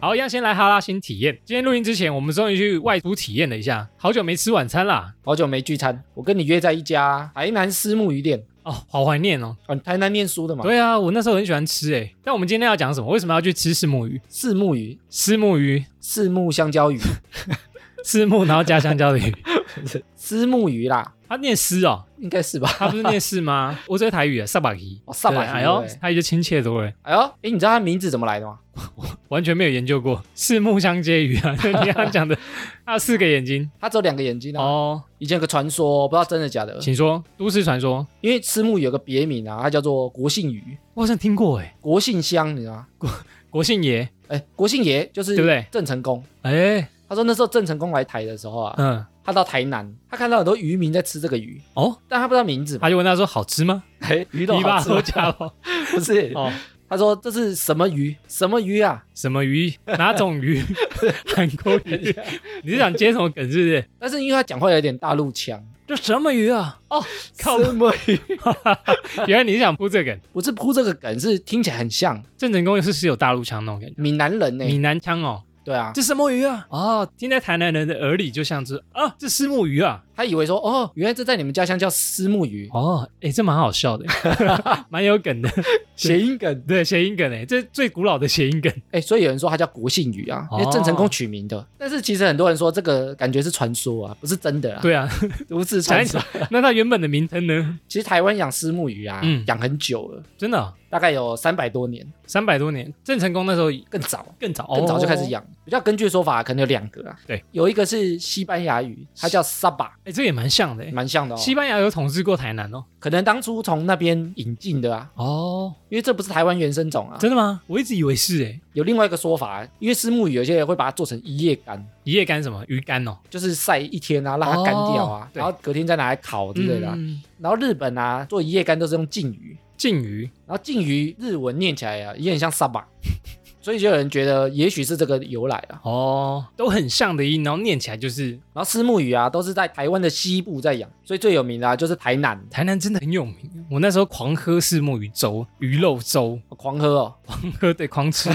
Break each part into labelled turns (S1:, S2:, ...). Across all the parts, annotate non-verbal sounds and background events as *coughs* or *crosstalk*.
S1: 好，一样先来哈拉新体验。今天录音之前，我们终于去外出体验了一下，好久没吃晚餐啦，
S2: 好久没聚餐，我跟你约在一家台南虱目鱼店。
S1: 哦，好怀念哦。
S2: 啊，你台南念书的嘛？，
S1: 对啊，我那时候很喜欢吃诶。但我们今天要讲什么？为什么要去吃石目鱼？
S2: 虱目鱼、
S1: 石目鱼，
S2: 虱目香蕉
S1: *laughs*
S2: 鱼、
S1: 石目，然后加香蕉的鱼。 *laughs*
S2: 虱目鱼啦，
S1: 他念诗哦，
S2: 应该是吧？
S1: 他不是念诗吗？ *laughs* 我这是台语啊，萨巴提，
S2: 哦萨巴提
S1: 对哎呦
S2: 对不对，
S1: 台语就亲切多了，
S2: 哎呦，哎，你知道它名字怎么来的吗？
S1: 完全没有研究过。四目相接鱼啊， *laughs* 你刚刚讲的，它有四个眼睛
S2: 它只有两个眼睛啊。
S1: 哦。
S2: 以前有个传说，不知道真的假的，
S1: 请说，都市传说，
S2: 因为虱目鱼有个别名啊，它叫做国姓鱼、
S1: 我好像听过诶，
S2: 国姓香，你知道吗？
S1: 国姓爷，
S2: 哎，国姓爷就
S1: 对不
S2: 是
S1: 对？
S2: 郑成功。
S1: 哎，
S2: 他说那时候郑成功来台的时候啊，
S1: 嗯，
S2: 他到台南，他看到很多渔民在吃这个鱼，
S1: 哦，
S2: 但他不知道名字嘛。
S1: 他就问他说好吃吗？
S2: 哎，鱼
S1: 你
S2: 肉
S1: 把
S2: 好吃
S1: 我
S2: 吗？
S1: 加了 *laughs*
S2: 不是，
S1: 哦，
S2: 他说这是什么鱼？什么鱼啊？
S1: 什么鱼？哪种 *laughs* 鱼？韩国鱼？你是想接什么梗是不是？
S2: 但是因为他讲话有点大陆腔，
S1: 这什么鱼啊？哦，靠！
S2: 什么鱼？
S1: 原来你是想铺这个梗。
S2: 不是铺这个梗，是听起来很像
S1: 郑成功是是有大陆腔那种感觉，
S2: 闽南人呢、
S1: 闽南腔哦。
S2: 对啊，
S1: 这什么鱼啊？哦，听在台南人的耳里就像是啊，这虱目鱼啊。
S2: 他以为说哦，原来这在你们家乡叫虱目鱼，
S1: 哦，哎，这蛮好笑 *laughs* 的，蛮有梗的。
S2: 谐音梗。
S1: 对，谐音梗哎，这最古老的谐音梗。
S2: 哎、所以有人说它叫国姓鱼
S1: 哦
S2: 啊，因为郑成功取名的。但是其实很多人说这个感觉是传说啊，不是真的啊，
S1: *laughs* 对啊，
S2: 都市传说。
S1: 那它原本的名称呢？
S2: 其实台湾养虱目鱼啊
S1: 嗯，
S2: 养、很久了，
S1: 真的哦
S2: 大概有三百多年，
S1: 三百多年，郑成功那时候
S2: 更早。
S1: 更早，
S2: 更早就开始
S1: 哦。
S2: 养，比较根据的说法可能有两个啊，
S1: 对，
S2: 有一个是西班牙语，它叫 Saba，
S1: 哎，这也蛮像的哎。
S2: 蛮像的哦，
S1: 西班牙有统治过台南哦。
S2: 可能当初从那边引进的啊，
S1: 哦，
S2: 因为这不是台湾原生种啊。
S1: 真的吗？我一直以为是哎，
S2: 有另外一个说法，啊因为丝木鱼有些人会把它做成一夜干，
S1: 一夜干什么鱼干哦
S2: 就是晒一天啊，让它干掉啊，
S1: 对
S2: 然后隔天再拿来烤之类的啊、
S1: 嗯
S2: 然后日本啊做一夜干都是用鲭鱼，
S1: 禁鱼
S2: 然后鲭鱼日文念起来啊也很像 saba，所以就有人觉得也许是这个由来啊。
S1: 哦，都很像的音，然后念起来就是
S2: 然后丝木鱼啊都是在台湾的西部在养，所以最有名的、啊、就是台南
S1: 台南真的很有名。我那时候狂喝四目鱼粥、鱼肉粥， *laughs*
S2: 狂喝哦，
S1: 狂喝对狂 *laughs* 吃。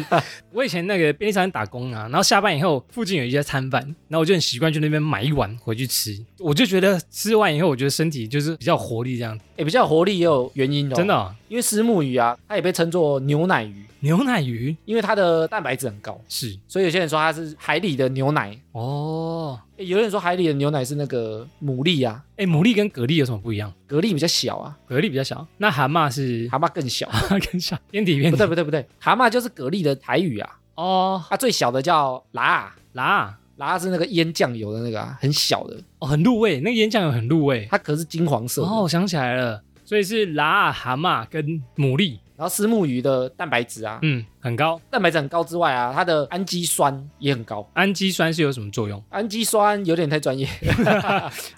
S1: 我以前那个便利商店打工啊，然后下班以后附近有一家餐饭，然后我就很习惯去那边买一碗回去吃。我就觉得吃完以后，我觉得身体就是比较活力这样，
S2: 也欸比较有活力也有原因的、
S1: 真的、，哦。
S2: 因为丝木鱼啊它也被称作牛奶鱼，
S1: 牛奶鱼
S2: 因为它的蛋白质很高。
S1: 是
S2: 所以有些人说它是海里的牛奶，
S1: 哦，
S2: 诶有人说海里的牛奶是那个牡蛎啊，
S1: 哎，牡蛎跟蛤蜊有什么不一样？
S2: 蛤蜊比较小啊，
S1: 蛤蜊比较小，那蛤蟆是
S2: 蛤蟆更小。啊
S1: *laughs* 蛤蟆更小，天底偏
S2: 不
S1: 底
S2: 对不对不对，蛤蟆就是蛤蜊的台语啊，
S1: 哦，
S2: 它最小的叫喇，
S1: 啦
S2: 喇是那个腌酱油的那个、啊，很小的，
S1: 哦，很入味，那个演讲有很入味。
S2: 它壳是金黄色的。
S1: 哦，我想起来了，所以是拉蛤蟆跟牡蛎，
S2: 然后丝木鱼的蛋白质啊，
S1: 嗯，很高。
S2: 蛋白质很高之外啊，它的氨基酸也很高。
S1: 氨基酸是有什么作用？
S2: 氨基酸有点太专业，
S1: *laughs*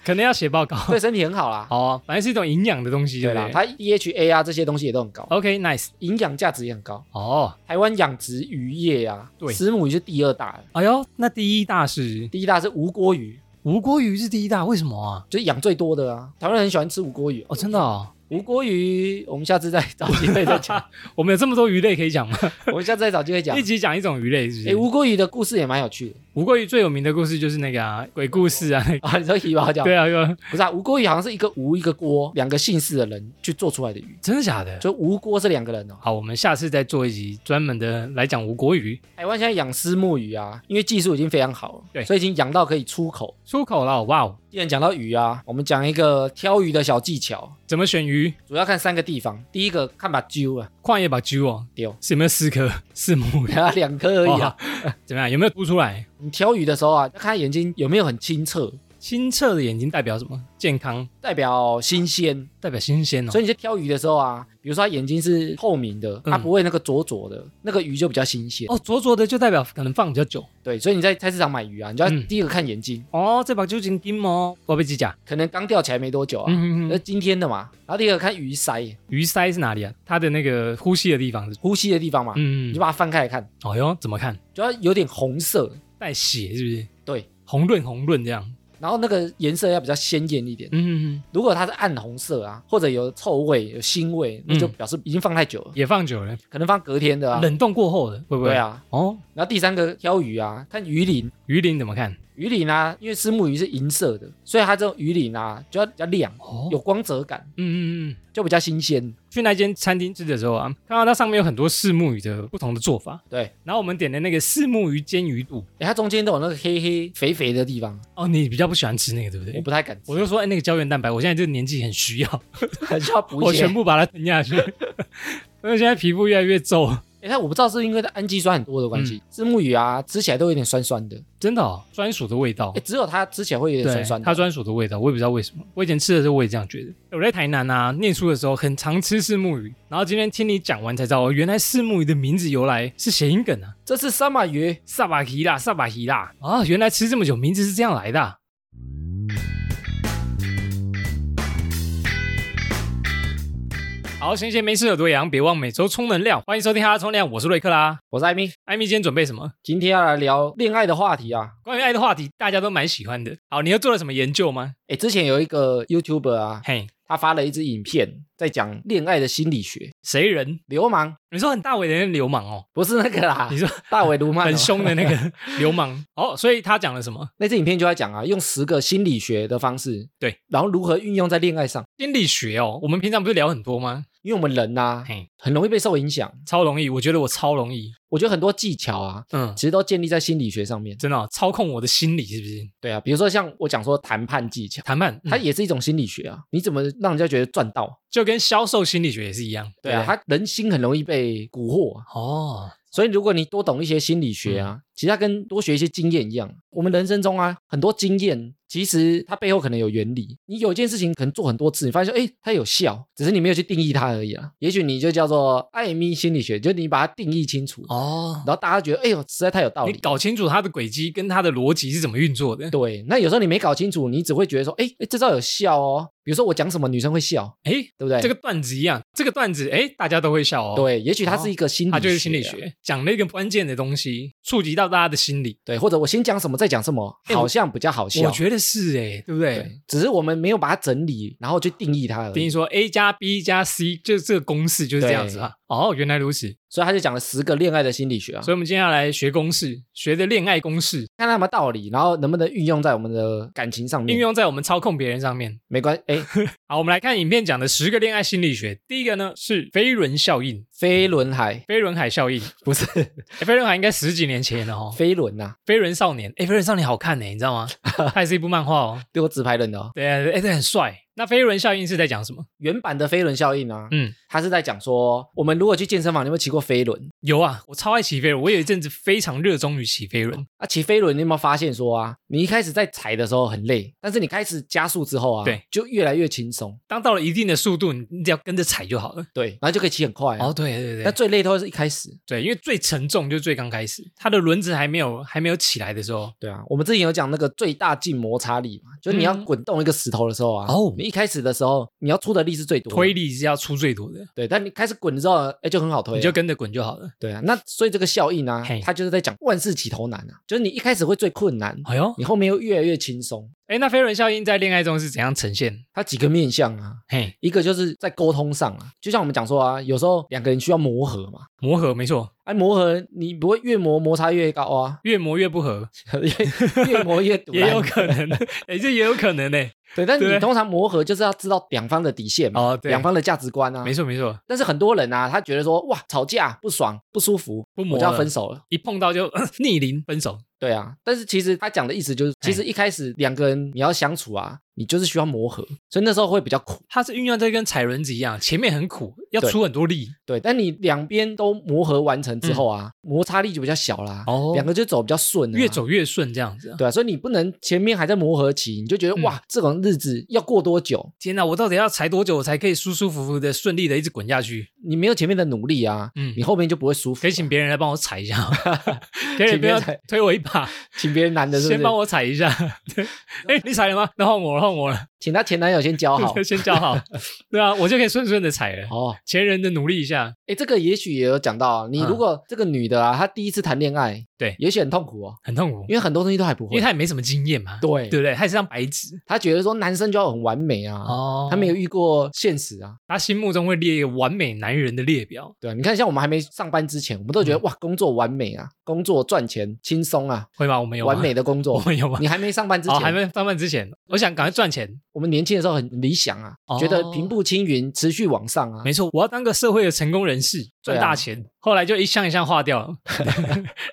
S1: 可能要写报告。 *laughs*
S2: 对身体很好啦。
S1: 好啊，反正是一种营养的东西，
S2: 对
S1: 不
S2: 啦，
S1: 对
S2: 它 DHA 啊这些东西也都很高，
S1: ？OK，nice、
S2: 营养价值也很高。
S1: 哦，
S2: 台湾养殖渔业啊，
S1: 对
S2: 石母鱼是第二大的，
S1: 哎呦，那第一大是
S2: 第一大是无锅鱼，
S1: 吴锅鱼是第一大，为什么啊？
S2: 就是养最多的啊。台湾人很喜欢吃无锅鱼，
S1: 哦，真的哦，
S2: 无锅鱼我们下次再找机会
S1: *laughs*
S2: 再讲，
S1: 我们有这么多鱼类可以讲吗？
S2: 我们下次再找机会讲
S1: 一。集讲一种鱼类是不
S2: 哎，
S1: 是？
S2: 无锅鱼的故事也蛮有趣的
S1: 吴锅鱼最有名的故事就是那个啊，鬼故事啊，那个
S2: 啊。 *laughs* 你说鱼吧，讲
S1: 对啊，对啊
S2: 不是啊？无锅鱼好像是一个吴一个锅两个姓氏的人去做出来的鱼，
S1: 真的假的？
S2: 所以吴锅是两个人哦。
S1: 好，我们下次再做一集专门的来讲吴锅鱼
S2: 台湾现在养丝木鱼啊，因为技术已经非常好了，
S1: 对
S2: 所以已经养到可以出口。
S1: 出口了，哇哦，
S2: 既然讲到鱼啊，我们讲一个挑鱼的小技巧，
S1: 怎么选鱼？
S2: 主要看三个地方。第一个看把揪啊，
S1: 矿业把揪哦，
S2: 丢，
S1: 是有没有四颗四目鱼？ *laughs*
S2: 然后两颗而已
S1: 哦
S2: 啊。
S1: 怎么样？有没有凸出来？
S2: 你挑鱼的时候啊，要看它眼睛有没有很清澈，
S1: 清澈的眼睛代表什么？健康，
S2: 代表
S1: 哦
S2: 新鲜。
S1: 代表新鲜哦。
S2: 所以你在挑鱼的时候啊，比如说它眼睛是透明的，它
S1: 嗯
S2: 不会那个灼灼的，那个鱼就比较新鲜。
S1: 哦，灼灼的就代表可能放比较久。
S2: 对，所以你在菜市场买鱼啊，你就要
S1: 嗯
S2: 第一个看眼睛，
S1: 哦，这把究竟金哦，我被几甲？
S2: 可能刚钓起来没多久啊，
S1: 嗯嗯
S2: 那、
S1: 嗯。
S2: 今天的嘛。然后第二个看鱼鳃，
S1: 鱼鳃是哪里啊？它的那个呼吸的地方是？
S2: 呼吸的地方嘛，
S1: 嗯
S2: 你就
S1: 嗯。
S2: 把它翻开来看，
S1: 哦哟，怎么看？
S2: 就要有点红色，
S1: 带血是不是？
S2: 对，
S1: 红润红润这样。
S2: 然后那个颜色要比较鲜艳一点。
S1: 嗯，嗯
S2: 如果它是暗红色啊，或者有臭味、有腥味，那就
S1: 嗯
S2: 表示已经放太久了
S1: 嗯，也放久了，
S2: 可能放隔天的啊。
S1: 冷冻过后的会不会？
S2: 对。啊，
S1: 哦，
S2: 然后第三个挑鱼啊，看鱼鳞，
S1: 鱼鳞怎么看？
S2: 鱼鳞啊，因为丝木鱼是银色的，所以它这种鱼鳞啊就要比较亮，
S1: 哦，
S2: 有光泽感，
S1: 嗯嗯嗯。
S2: 就比较新鲜。
S1: 去那间餐厅吃的时候啊，看到它上面有很多四目鱼的不同的做法。
S2: 对，
S1: 然后我们点的那个四目鱼煎鱼肚，
S2: 哎，它中间都有那个黑黑肥肥的地方，
S1: 哦，你比较不喜欢吃那个，对不
S2: 我
S1: 对？
S2: 不太敢 *laughs* 吃，
S1: 我就说，哎、那个胶原蛋白，我现在这个年纪很需要，
S2: 很需要补
S1: 我
S2: 一些
S1: 全。部把它吞下
S2: *laughs*
S1: 去。因为现在皮肤越来越皱，
S2: 哎，但我不知道是因为它氨基酸很多的关系，丝木鱼啊吃起来都有点酸酸的，
S1: 真的、嗯哦，专属的味道
S2: 哎，。只有它吃起来会有点
S1: 对
S2: 酸，酸
S1: 它
S2: 的。
S1: 专属的味道，我也不知道为什么。我以前吃的时候，我也这样觉得。我在台南啊念书的时候，很常吃四目鱼，然后今天听你讲完才知道，哦，原来四目鱼的名字由来是谐音梗啊，
S2: 这是三马鱼，
S1: 萨巴提啦，萨巴提啦啊，原来吃这么久，名字是这样来的啊、好，闲闲没事耳朵痒，别忘每周充能量。欢迎收听《哈拉充量》，我是瑞克啦。
S2: 我是艾米，
S1: 艾米今天准备什么？
S2: 今天要来聊恋爱的话题啊。
S1: 关于爱的话题，大家都蛮喜欢的。好，你又做了什么研究吗？
S2: 哎，之前有一个 YouTuber 啊，
S1: 嘿，
S2: 他发了一支影片，在讲恋爱的心理学。
S1: 谁人？
S2: 流氓
S1: 你说很大尾的人流氓哦，
S2: 不是那个啦
S1: *laughs* 你，说
S2: 大尾卢曼、哦
S1: 很。凶的那个 *laughs* 流氓哦，所以他讲了什么
S2: 那支影片就在讲啊，用十个心理学的方式，
S1: 对，
S2: 然后如何运用在恋爱上。
S1: 心理学哦？我们平常不是聊很多吗？
S2: 因为我们人呐、
S1: 嘿，
S2: 很容易被受影响。
S1: 超容易，我觉得我超容易，
S2: 我觉得很多技巧啊，
S1: 嗯，
S2: 其实都建立在心理学上面。
S1: 真的哦、操控我的心理是不是？
S2: 对啊，比如说像我讲说谈判技巧，
S1: 谈判，
S2: 它
S1: 它
S2: 也是一种心理学啊。你怎么让人家觉得赚到？
S1: 就跟销售心理学也是一样，
S2: 对啊，
S1: 不对
S2: 他人心很容易被蛊惑啊、
S1: 哦，
S2: 所以如果你多懂一些心理学
S1: 嗯
S2: 啊，其实它跟多学一些经验一样。我们人生中啊，很多经验其实它背后可能有原理。你有一件事情可能做很多次，你发现说，哎，它有效，只是你没有去定义它而已啊。也许你就叫做艾米心理学，就是你把它定义清楚，
S1: 哦，
S2: 然后大家觉得，哎呦，实在太有道
S1: 你
S2: 理。
S1: 搞清楚它的轨迹跟它的逻辑是怎么运作的。
S2: 对，那有时候你没搞清楚，你只会觉得说，哎，哎这招有效哦。比如说我讲什么女生会笑，
S1: 哎，
S2: 对不对？
S1: 这个段子一样，这个段子哎，大家都会笑哦。，
S2: 对，也许它是一个心理学、啊
S1: 它就是心理。学，讲了一个关键的东西，触及到大家的心理。
S2: 对，或者我先讲什么，再讲什么，
S1: 哎我
S2: 好像比较好笑。
S1: 我觉得是哎，对不对？
S2: 啊对，只是我们没有把它整理，然后去定义它而
S1: 比
S2: 已
S1: 如。说 A 加 B 加 C，就是这个公式就是这样子啊。哦，原来如此，
S2: 所以他就讲了十个恋爱的心理学啊，
S1: 所以我们接下来学公式，学的恋爱公式，
S2: 看他有没有道理，然后能不能运用在我们的感情上面。
S1: 应用在我们操控别人上面。
S2: 没关哎，
S1: 好，我们来看影片讲的十个恋爱心理学。第一个呢是飞轮效应，
S2: 飞轮海
S1: 飞轮海效应，
S2: 不是
S1: 诶飞轮海应该十几年前了哦。
S2: 飞轮呐、啊，
S1: 飞轮少年，哎，飞轮少年好看呢，你知道吗？它也是一部漫画哦。
S2: 对我直拍人的、哦、
S1: 对啊，哎，这很帅。那飞轮效应是在讲什么？
S2: 原版的飞轮效应啊，
S1: 嗯，
S2: 他是在讲说，我们如果去健身房，你有没有骑过飞轮？
S1: 有啊，我超爱骑飞轮，我有一阵子非常热衷于骑飞轮。
S2: 啊，骑飞轮，你有没有发现说啊，你一开始在踩的时候很累，但是你开始加速之后啊，
S1: 对，
S2: 就越来越轻松，
S1: 当到了一定的速度，你你只要跟着踩就好了。
S2: 对，然后就可以骑很快、啊。
S1: 哦，对对对，
S2: 那最累都是一开始，
S1: 对，因为最沉重就是最刚开始，它的轮子还没有还没有起来的时候，
S2: 对啊，我们之前有讲那个最大静摩擦力嘛，就是你要
S1: 嗯
S2: 滚动一个石头的时候啊，
S1: 哦
S2: 你一开始的时候你要出的力是最多的，
S1: 推力是要出最多的，
S2: 对，但你开始滚之后，哎，就很好推啊、
S1: 你就跟着滚就好了。
S2: 对啊。那所以这个效应啊
S1: 嘿，
S2: 它就是在讲万事起头难啊，就是你一开始会最困难，
S1: 哎呦，
S2: 你后面又越来越轻松。
S1: 哎，那飞轮效应在恋爱中是怎样呈现？
S2: 它几个面向啊，
S1: 嘿，
S2: 一个就是在沟通上啊，就像我们讲说啊，有时候两个人需要磨合嘛，
S1: 磨合没错，，
S2: 哎、磨合你不会越磨摩擦越高啊
S1: 越磨越不合，
S2: 越越磨越
S1: *laughs*
S2: 堵
S1: 也有
S2: 然。
S1: 可能，哎，这也有可能
S2: *laughs*
S1: 呢。
S2: 对，但
S1: 对
S2: 你通常磨合就是要知道两方的底线嘛，
S1: 哦，对
S2: 两，方的价值观啊
S1: 没。错没错，
S2: 但是很多人啊，他觉得说哇，吵架不爽不舒服，
S1: 不磨
S2: 我就要
S1: 了
S2: 分手了。
S1: 一碰到就 *coughs* 呃逆鳞分手。
S2: 对啊，但是其实他讲的意思就是，其实一开始两个人你要相处啊，你就是需要磨合，所以那时候会比较苦。
S1: 它是运用在跟踩轮子一样，前面很苦，要
S2: 对
S1: 出很多力。
S2: 对，但你两边都磨合完成之后啊，摩擦力就比较小啦，
S1: 嗯哦
S2: 两个就走比较顺、啊，
S1: 越。走越顺这样子。
S2: 对啊，所以你不能前面还在磨合期，你就觉得、
S1: 嗯
S2: 哇，这种日子要过多久？
S1: 天哪，我到底要踩多久我才可以舒舒服服的、顺利的一直滚下去？
S2: 你没有前面的努力啊，
S1: 嗯
S2: 你后面就不会舒
S1: *laughs*
S2: 服 *laughs*
S1: 可以。请别人来帮我踩一下吗，可以不要
S2: 请别人
S1: 推我一把吧，
S2: 请别人男的是不
S1: 先
S2: 是？
S1: 帮我踩一下。 *laughs* 对，哎、你踩了吗？那换我了，换我了，
S2: 请他前男友先教哦
S1: *laughs*
S2: 好
S1: 先教
S2: *laughs*
S1: 好。对啊，我就可以顺顺的踩了。
S2: 哦。
S1: 前人的努力一下，
S2: 哎，这个也许也有讲到啊，你
S1: 嗯
S2: 如果这个女的啊，她第一次谈恋爱，
S1: 对
S2: 也许很痛苦哦，
S1: 很痛苦，
S2: 因为很多东西都还不
S1: 因为
S2: 会。
S1: 他也没什么经验嘛，
S2: 对，
S1: 对不对？他也是张白纸
S2: 她觉得说男生就要很完美啊，
S1: 哦
S2: 她没有遇过现实啊。
S1: 他心目中会列一个完美男人的列表，
S2: 对啊，你看像我们还没上班之前，我们都
S1: 嗯
S2: 觉得哇，工作完美啊，工作赚钱轻松啊，
S1: 会吗？我们有吗
S2: 完美，的工
S1: 我
S2: 作。
S1: 们有吗？
S2: 你还没上班之
S1: 哦，
S2: 前，
S1: 还没上班之前，我想赶快赚钱。
S2: 我们年轻的时候很理想啊，
S1: 哦
S2: 觉得平步青云，持续往上啊
S1: 没。错，我要当个社会的成功人士，
S2: 对啊
S1: 赚大钱。后来就一项一项划掉
S2: *laughs*
S1: 了，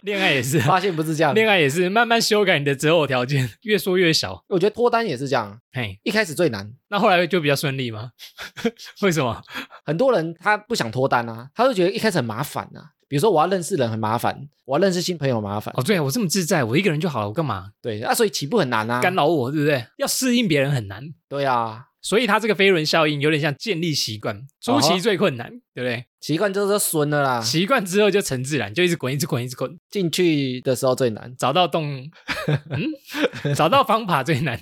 S1: 恋爱也是啊，
S2: 发现不是这样，
S1: 恋爱也是慢慢修改你的择偶条件，越缩越小。
S2: 我觉得脱单也是这样，啊
S1: 嘿，
S2: 一开始最难。
S1: 那后来就比较顺利吗？ *laughs* 为什么？
S2: 很多人他不想脱单啊，他就觉得一开始很麻烦啊。比如说我要认识人很麻烦，我要认识新朋友很麻烦，
S1: 哦，对啊，我这么自在，我一个人就好了，我干嘛
S2: 对啊，所以起步很难啊。
S1: 干扰我，对不对？要适应别人很难，
S2: 对啊，
S1: 所以他这个飞轮效应有点像建立习惯，初
S2: 哦啊
S1: 期最困难，对不对？
S2: 习惯就是损了啦，
S1: 习惯之后就成自然，就一直滚，一直滚，一直滚，
S2: 进去的时候最难，
S1: 找到洞，嗯，找到方法最难。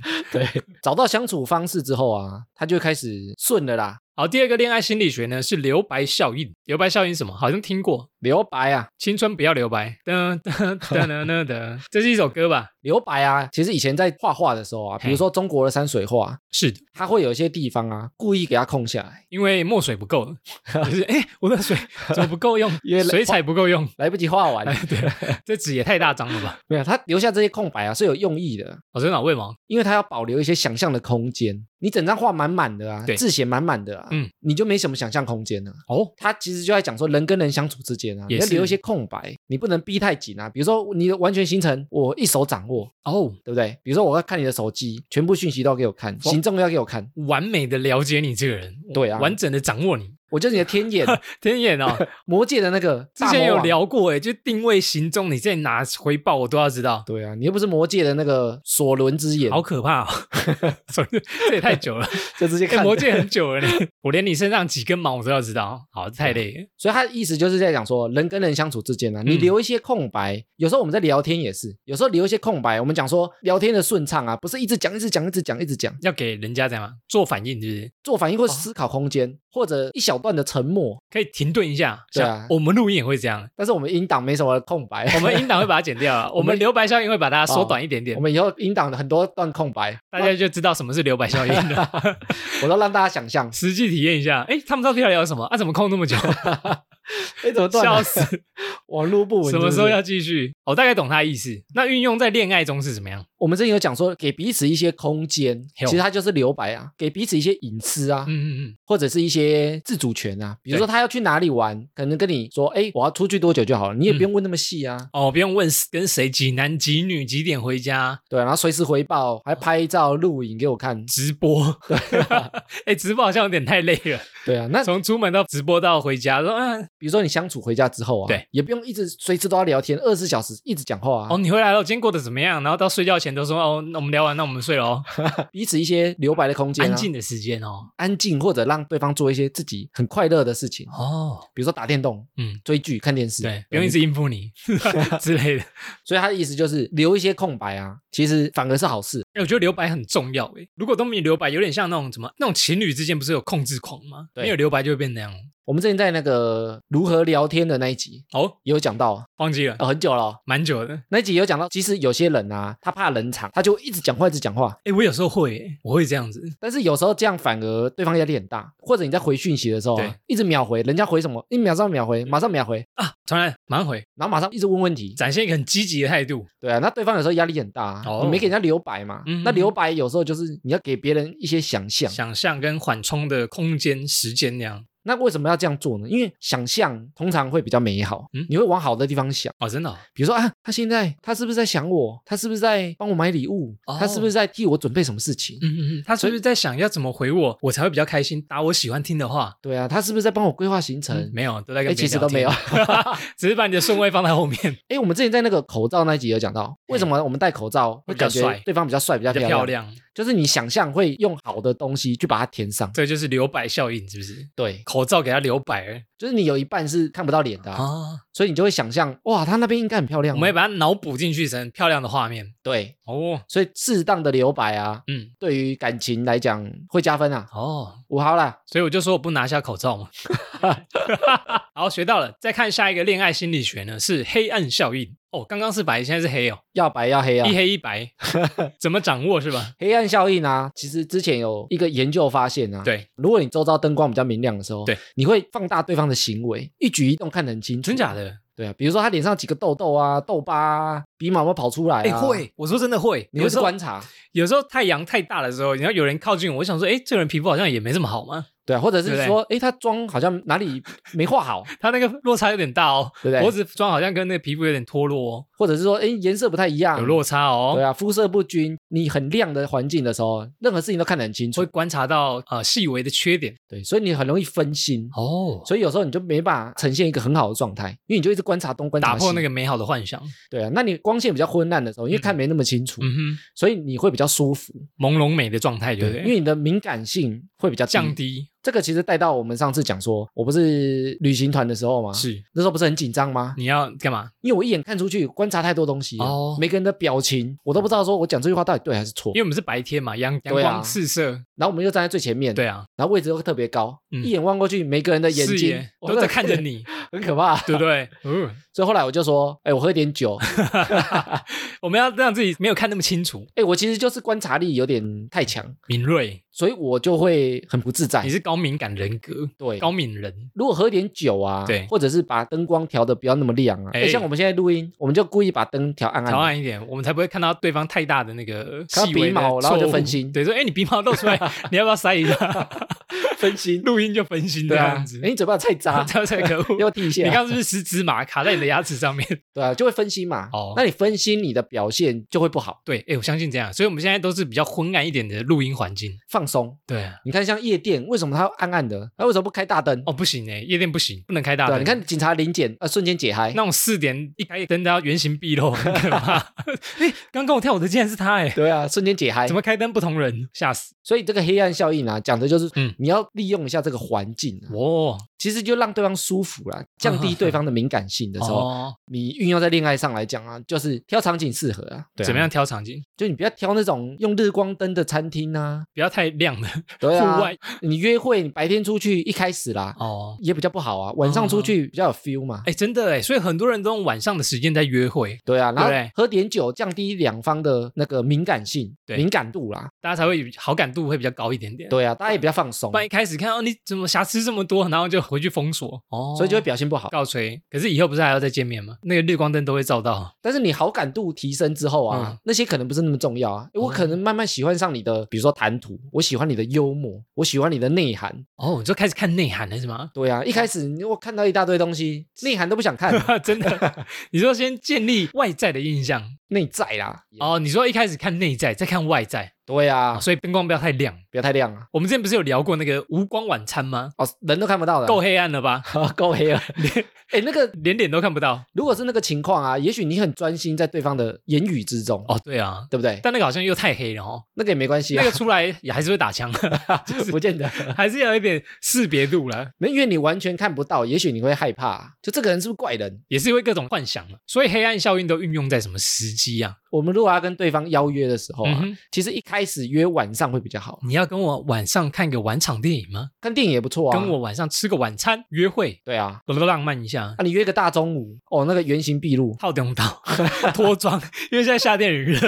S2: 找到相处方式之后啊，他就开始顺了啦。
S1: 好，第二个恋爱心理学呢是留白效应。留白效应是什么？好像听过，
S2: 留白啊，
S1: 青春不要留白。噔噔噔噔噔噔，这是一首歌吧？
S2: 留白啊，其实以前在画画的时候啊，比如说中国的山水画，
S1: 是的，
S2: 它会有一些地方啊，故意给它空下来，
S1: 因为墨水不够了，就是哎，诶我的水怎么不够用
S2: 因为？
S1: 水彩不够用。 *laughs*
S2: 来不及画完，
S1: 哎，对，这纸也太大张了吧？
S2: 没有，它留下这些空白啊是有用意的，
S1: 我真的为毛？
S2: 因为它要保留一些想象的空间。你整张画满满的啊
S1: 对，
S2: 字写满满的啊，
S1: 嗯
S2: 你就没什么想象空间了、
S1: 哦，
S2: 它其实就在讲说，人跟人相处之间啊，你
S1: 也
S2: 要
S1: 是
S2: 留一些空白，你不能逼太紧啊。比如说，你的完全行程我一手掌握，
S1: 哦，
S2: 对不对？比如说，我要看你的手机，全部讯息都要给我看，行动要给我看，
S1: 完美的了解你这个人，
S2: 对啊
S1: 完整的掌握你。
S2: 我就是你的
S1: *laughs*
S2: 天眼，
S1: 天
S2: *laughs*
S1: 眼哦，
S2: 魔界的那个
S1: 之
S2: 大
S1: 前
S2: 魔
S1: 有
S2: 王。
S1: 聊过哎，就定位行踪，你在哪回报我都要知道。
S2: 对啊，你又不是魔界的那个索伦之眼，
S1: 好可怕哦！ *laughs* 这也太久
S2: *laughs*
S1: 了，
S2: 就直接
S1: 欸
S2: 看
S1: 魔戒很久了呢，我连你身上几根毛我都要知道。哦好，太累了。
S2: 所以他的意思就是在讲说，人跟人相处之间呢、啊，你
S1: 嗯
S2: 留一些空白。有时候我们在聊天也是，有时候留一些空白。我们讲说聊天的顺畅啊，不是一直讲、一直讲、一直讲、一直讲，
S1: 要给人家怎样做反应，是不是？
S2: 做反应
S1: 哦
S2: 或思考空间，或者一小段的沉默。
S1: 可以停顿一下。
S2: 对啊
S1: 像我们录音也会这样，
S2: 但是我们音档没什么空白，
S1: 我们音档会把它剪
S2: *laughs*
S1: 掉啊，我们留白效应会把它缩短一点点
S2: 哦我，们以后音档的很多段空白，
S1: 大家就知道什么是留白效应
S2: *laughs*
S1: 了。，
S2: 我都让大家想象
S1: *laughs* 实际体验一下，哎，他们到底要聊什么？啊，怎么空那么久？
S2: 哎，怎么断
S1: 笑
S2: 了？
S1: 死！
S2: *laughs* 网络不稳
S1: 什么时候？
S2: 是不是
S1: 要继续？我大概懂他意思。那运用在恋爱中是怎么样？
S2: 我们之前有讲说，给彼此一些空间，其
S1: 有
S2: 实它就是留白啊，给彼此一些隐私啊。
S1: 嗯嗯嗯，
S2: 或者是一些自主权啊，比如说他要去哪里玩，可能跟你说，哎，我要出去多久就好了，你也
S1: 嗯
S2: 不用问那么细啊，
S1: 哦，不用问跟谁几男几女几点回家
S2: 对，啊然后随时回报，还拍照录影给我看，
S1: 直播。 *laughs* 哎，直播好像有点太累了。
S2: 对啊，那
S1: 从出门到直播到回家，说嗯，
S2: 比如说你相处回家之后啊，
S1: 对，
S2: 也不用一直随时都要聊天，二十四小时一直讲话啊，
S1: 哦，你回来了，今天过得怎么样？然后到睡觉前都说哦，那我们聊完，那我们睡了哦，
S2: 彼此一些留白的空间、啊，
S1: 安静的时间哦，
S2: 安静或者让对方做一些自己很快乐的事情，
S1: 哦，
S2: 比如说打电动、
S1: 嗯，
S2: 追剧、看电视，
S1: 对，不用一直应付
S2: *laughs*
S1: 你之类的。
S2: 所以他的意思就是留一些空白啊，其实反而是好事，
S1: 哎，我觉得留白很重要诶，如果都没有留白，有点像那种什么那种情侣之间不是有控制狂吗？
S2: 对
S1: 没有留白就会变那样。
S2: 我们之前在那个如何聊天的那一集
S1: 哦，
S2: 也有讲到啊，
S1: 忘记了，
S2: 哦很久了哦、
S1: 蛮久的。
S2: 那一集有讲到，其实有些人啊，他怕冷场，他就一直讲话，一直讲话。
S1: 哎，我有时候会耶，我会这样子。
S2: 但是有时候这样反而对方压力很大，或者你在回讯息的时候、啊
S1: 对，
S2: 一直秒回，人家回什么，一秒上秒回，马上秒回，
S1: 啊，传来马上回，
S2: 然后马上一直问问题。
S1: 展现一个很积极的态度。
S2: 对啊，那对方有时候压力很大、啊，
S1: 哦
S2: 你没给人家留白嘛。
S1: 嗯
S2: 那留白有时候就是你要给别人一些想象。
S1: 想象跟缓冲的空间、时间那样
S2: 那为什么要这样做呢？因为想象通常会比较美好，
S1: 嗯
S2: 你会往好的地方想。
S1: 哦，真的哦
S2: 比如说啊，他现在他是不是在想我？他是不是在帮我买礼物？
S1: 哦
S2: 他是不是在替我准备什么事情？
S1: 嗯嗯嗯，他是不是在想要怎么回我，我才会比较开心，打我喜欢听的话？嗯
S2: 对啊，他是不是在帮我规划行程？
S1: 没有，都在跟别人
S2: 哎其实都没有
S1: 聊天，
S2: *laughs*
S1: *laughs* 只是把你的顺位放在后面，
S2: 哎，我们之前在那个口罩那一集有讲到，为什么我们戴口罩
S1: 嗯会
S2: 会
S1: 比较
S2: 感觉
S1: 帅
S2: 对方比较帅、比较
S1: 比较
S2: 漂
S1: 漂
S2: 亮？
S1: 亮。
S2: 就是你想象会用好的东西去把它填上。
S1: 这就是留白效应，是不是？
S2: 对，
S1: 口罩给它留白了
S2: 就是你有一半是看不到脸的、啊，
S1: 啊，
S2: 所以你就会想象，哇，它那边应该很漂亮啊。
S1: 我们也把它脑补进去成漂亮的画面
S2: 对，
S1: 哦，
S2: 所以适当的留白啊，
S1: 嗯，
S2: 对于感情来讲会加分啊。
S1: 哦，
S2: 五号啦，
S1: 所以我就说我不拿下口罩
S2: *laughs*
S1: 嘛。 *laughs* 好，学到了。再看下一个恋爱心理学呢，是黑暗效应。哦，刚刚是白，现在是黑哦，
S2: 要白要黑啊
S1: 一。黑一
S2: *laughs*
S1: 白，怎么掌握是吧？
S2: 黑暗效应啊，其实之前有一个研究发现啊，，
S1: 对，
S2: 如果你周遭灯光比较明亮的时候，
S1: 对，
S2: 你会放大对方的行为，一举一动看得很清楚。
S1: 真假？的？
S2: 对啊，比如说他脸上几个痘痘啊、痘疤啊，鼻毛有没有跑出来
S1: 哎、
S2: 啊？，
S1: 会，我说真的会。
S2: 你
S1: 有
S2: 会
S1: 时
S2: 去
S1: 候
S2: 观察，
S1: 有时候太阳太大的时候，然后有人靠近我，我想说，哎，这个人皮肤好像也没这么好嘛，
S2: 对啊，或者
S1: 对不
S2: 是
S1: 对
S2: 说，哎，他妆好像哪里没画
S1: *laughs*
S2: 好，
S1: 他那个落差有点大哦，
S2: 对不对
S1: 脖子妆好像跟那个皮肤有点脱落
S2: 或者是说，哎，颜色不太一
S1: 哦，
S2: 样
S1: 有，落差哦。
S2: 对啊，肤色不均。你很亮的环境的时候，任何事情都看得很清楚
S1: 会，观察到呃细微的缺点
S2: 对，所以你很容易分心。
S1: 哦，
S2: 所以有时候你就没办法呈现一个很好的状态，因为你就一直观察东观察
S1: 打
S2: 西，
S1: 破那个美好的幻想。
S2: 对啊，那你光线比较昏暗的时候，因为看没那么清楚，
S1: 嗯
S2: 所以你会比较舒服，
S1: 哼，朦胧美的状态，对不对？
S2: 因为你的敏感性会比较低
S1: 降。低
S2: 这个其实带到我们上次讲说，我不是旅行团的时候嘛，
S1: 是
S2: 那时候不是很紧张吗？
S1: 你要干嘛？
S2: 因为我一眼看出去，观察太多东西了
S1: 哦
S2: 每个人的表情，我都不知道说我讲这句话到底对还是错
S1: 因。为我们是白天嘛，阳阳
S2: 对啊
S1: 光四射，
S2: 然后我们又站在最前面，
S1: 对，啊，
S2: 然后位置又特别高，
S1: 嗯
S2: 一眼望过去，每个人的眼
S1: 视
S2: 睛
S1: 野都在看着，你，
S2: 哇 *laughs* 很可怕。
S1: 对不对？嗯，
S2: 所以后来我就说，哎，我喝一点酒，
S1: *laughs* 我们要让自己没有看那么清楚，
S2: 哎，我其实就是观察力有点太强，
S1: 敏锐。
S2: 所以我就会很不自在
S1: 你。是高敏感人格，
S2: 哎对，
S1: 高敏人，
S2: 如果喝点酒啊，
S1: 对
S2: 或者是把灯光调的不要那么亮啊，
S1: 哎
S2: 哎、像我们现在录音，我们就故意把灯调暗暗
S1: 调
S2: 的，
S1: 暗一点，我们才不会看到对方太大的那个
S2: 嗯看到
S1: 细微
S2: 鼻
S1: 的
S2: 毛然后就
S1: 错误
S2: 分心
S1: 对，说哎，你鼻毛露出来，
S2: *laughs*
S1: 你要不要塞一下？
S2: 分心，
S1: 录音就分心这
S2: 对
S1: 样
S2: 啊
S1: 子，，，
S2: 哎、你嘴巴太渣
S1: *laughs* 这样才可
S2: *laughs*
S1: 恶。
S2: 要剃一下，啊
S1: 你刚刚是不是吃芝麻卡在你的牙齿上面？ *laughs*
S2: 对啊，就会分心嘛。
S1: 哦
S2: 那你分心，你的表现就会不好，
S1: 对，哎，我相信这样，所以我们现在都是比较昏暗一点的录音环境。
S2: 放松。
S1: 对啊，
S2: 你看，像夜店，为什么它要暗暗的？它为什么不开大灯？
S1: 哦，不行哎，夜店不行，不能开大
S2: 对、啊，
S1: 灯。
S2: 你看警察临检，呃，瞬间解嗨。
S1: 那种四点一开灯都要原形毕露，很可
S2: *laughs*
S1: 怕。哎，刚跟我跳舞的竟然是他哎，
S2: 对啊，瞬间解嗨
S1: 怎。么开灯不同人，吓死！
S2: 所以这个黑暗效应啊，讲的就是、
S1: 嗯
S2: 你要利用一下这个环境、啊，
S1: 哦，
S2: 其实就让对方舒服啦，降低对方的敏感性的时候，
S1: 嗯哦，
S2: 你运用在恋爱上来讲啊，就是挑场景适合啊。
S1: 怎么样？挑场景？
S2: 就你不要挑那种用日光灯的餐厅啊，
S1: 不要太亮的，
S2: 对
S1: 户
S2: 啊
S1: 外，
S2: 你约会你白天出去一开始啦，
S1: 哦。
S2: 也比较不好啊，晚上出去比较有 feel 嘛。
S1: 哎，真的哎，所以很多人都用晚上的时间在约会，
S2: 对啊，然
S1: 对不对
S2: 后喝点酒，降低两方的那个敏感性、
S1: 对
S2: 敏感度啦。
S1: 大家才会好感度会比较高一点点。，
S2: 对啊，大家也比较放松
S1: 不，然一开始看到你怎么瑕疵这么多，然后就回去封锁，哦，
S2: 所以就会表现不好。
S1: 告吹。可是以后不是还要再见面吗？那个日光灯都会照到。
S2: 但是你好感度提升之后
S1: 嗯
S2: 啊，
S1: 哦
S2: 那些可能不是那么重要啊。我可能慢慢喜欢上你的，比如说谈吐，我喜欢你的幽默，我喜欢你的内涵。
S1: 哦，你就开始看内涵了是吗？
S2: 对啊，一开始你我看到一大堆东西，内涵都不想看，
S1: *laughs* 真的，你说先建立外在的印象
S2: 内在啦。
S1: 哦。你说一开始看内在，再看外在
S2: 对
S1: 啊，
S2: 啊，
S1: 所以灯光不要太亮。
S2: 不要太亮啊！
S1: 我们之前不是有聊过那个无光晚餐吗？
S2: 哦，人都看不到的，
S1: 够黑暗了 *laughs* 吧，
S2: 够黑了。 *laughs* 哎，那个
S1: 连脸都看不到。
S2: 如果是那个情况啊，也许你很专心在对方的言语之中，
S1: 哦，对啊，
S2: 对不对？
S1: 但那个好像又太黑了哦，
S2: 那个也没关系
S1: 那
S2: 啊
S1: 个，出来也还是会打枪， *laughs* 就是 *laughs*
S2: 不见得。
S1: 还是要有一点识别度了，
S2: 没，因为你完全看不到，也许你会害怕啊，就这个人是不是怪人？
S1: 也是会各种幻想嘛。所以黑暗效应都运用在什么时机啊？
S2: 我们如果要跟对方邀约的时候啊，
S1: 嗯哼
S2: 其实一开始约晚上会比较好，
S1: 你要跟我晚上看个晚场电影吗？
S2: 看电影也不错啊。
S1: 跟我晚上吃个晚餐，约会，
S2: 对啊，
S1: 我都浪漫一下
S2: 啊，，你约个大中午，哦，那个原形毕露，
S1: 套灯到 *laughs* 脱
S2: *laughs*
S1: 妆，因为现在夏天很热，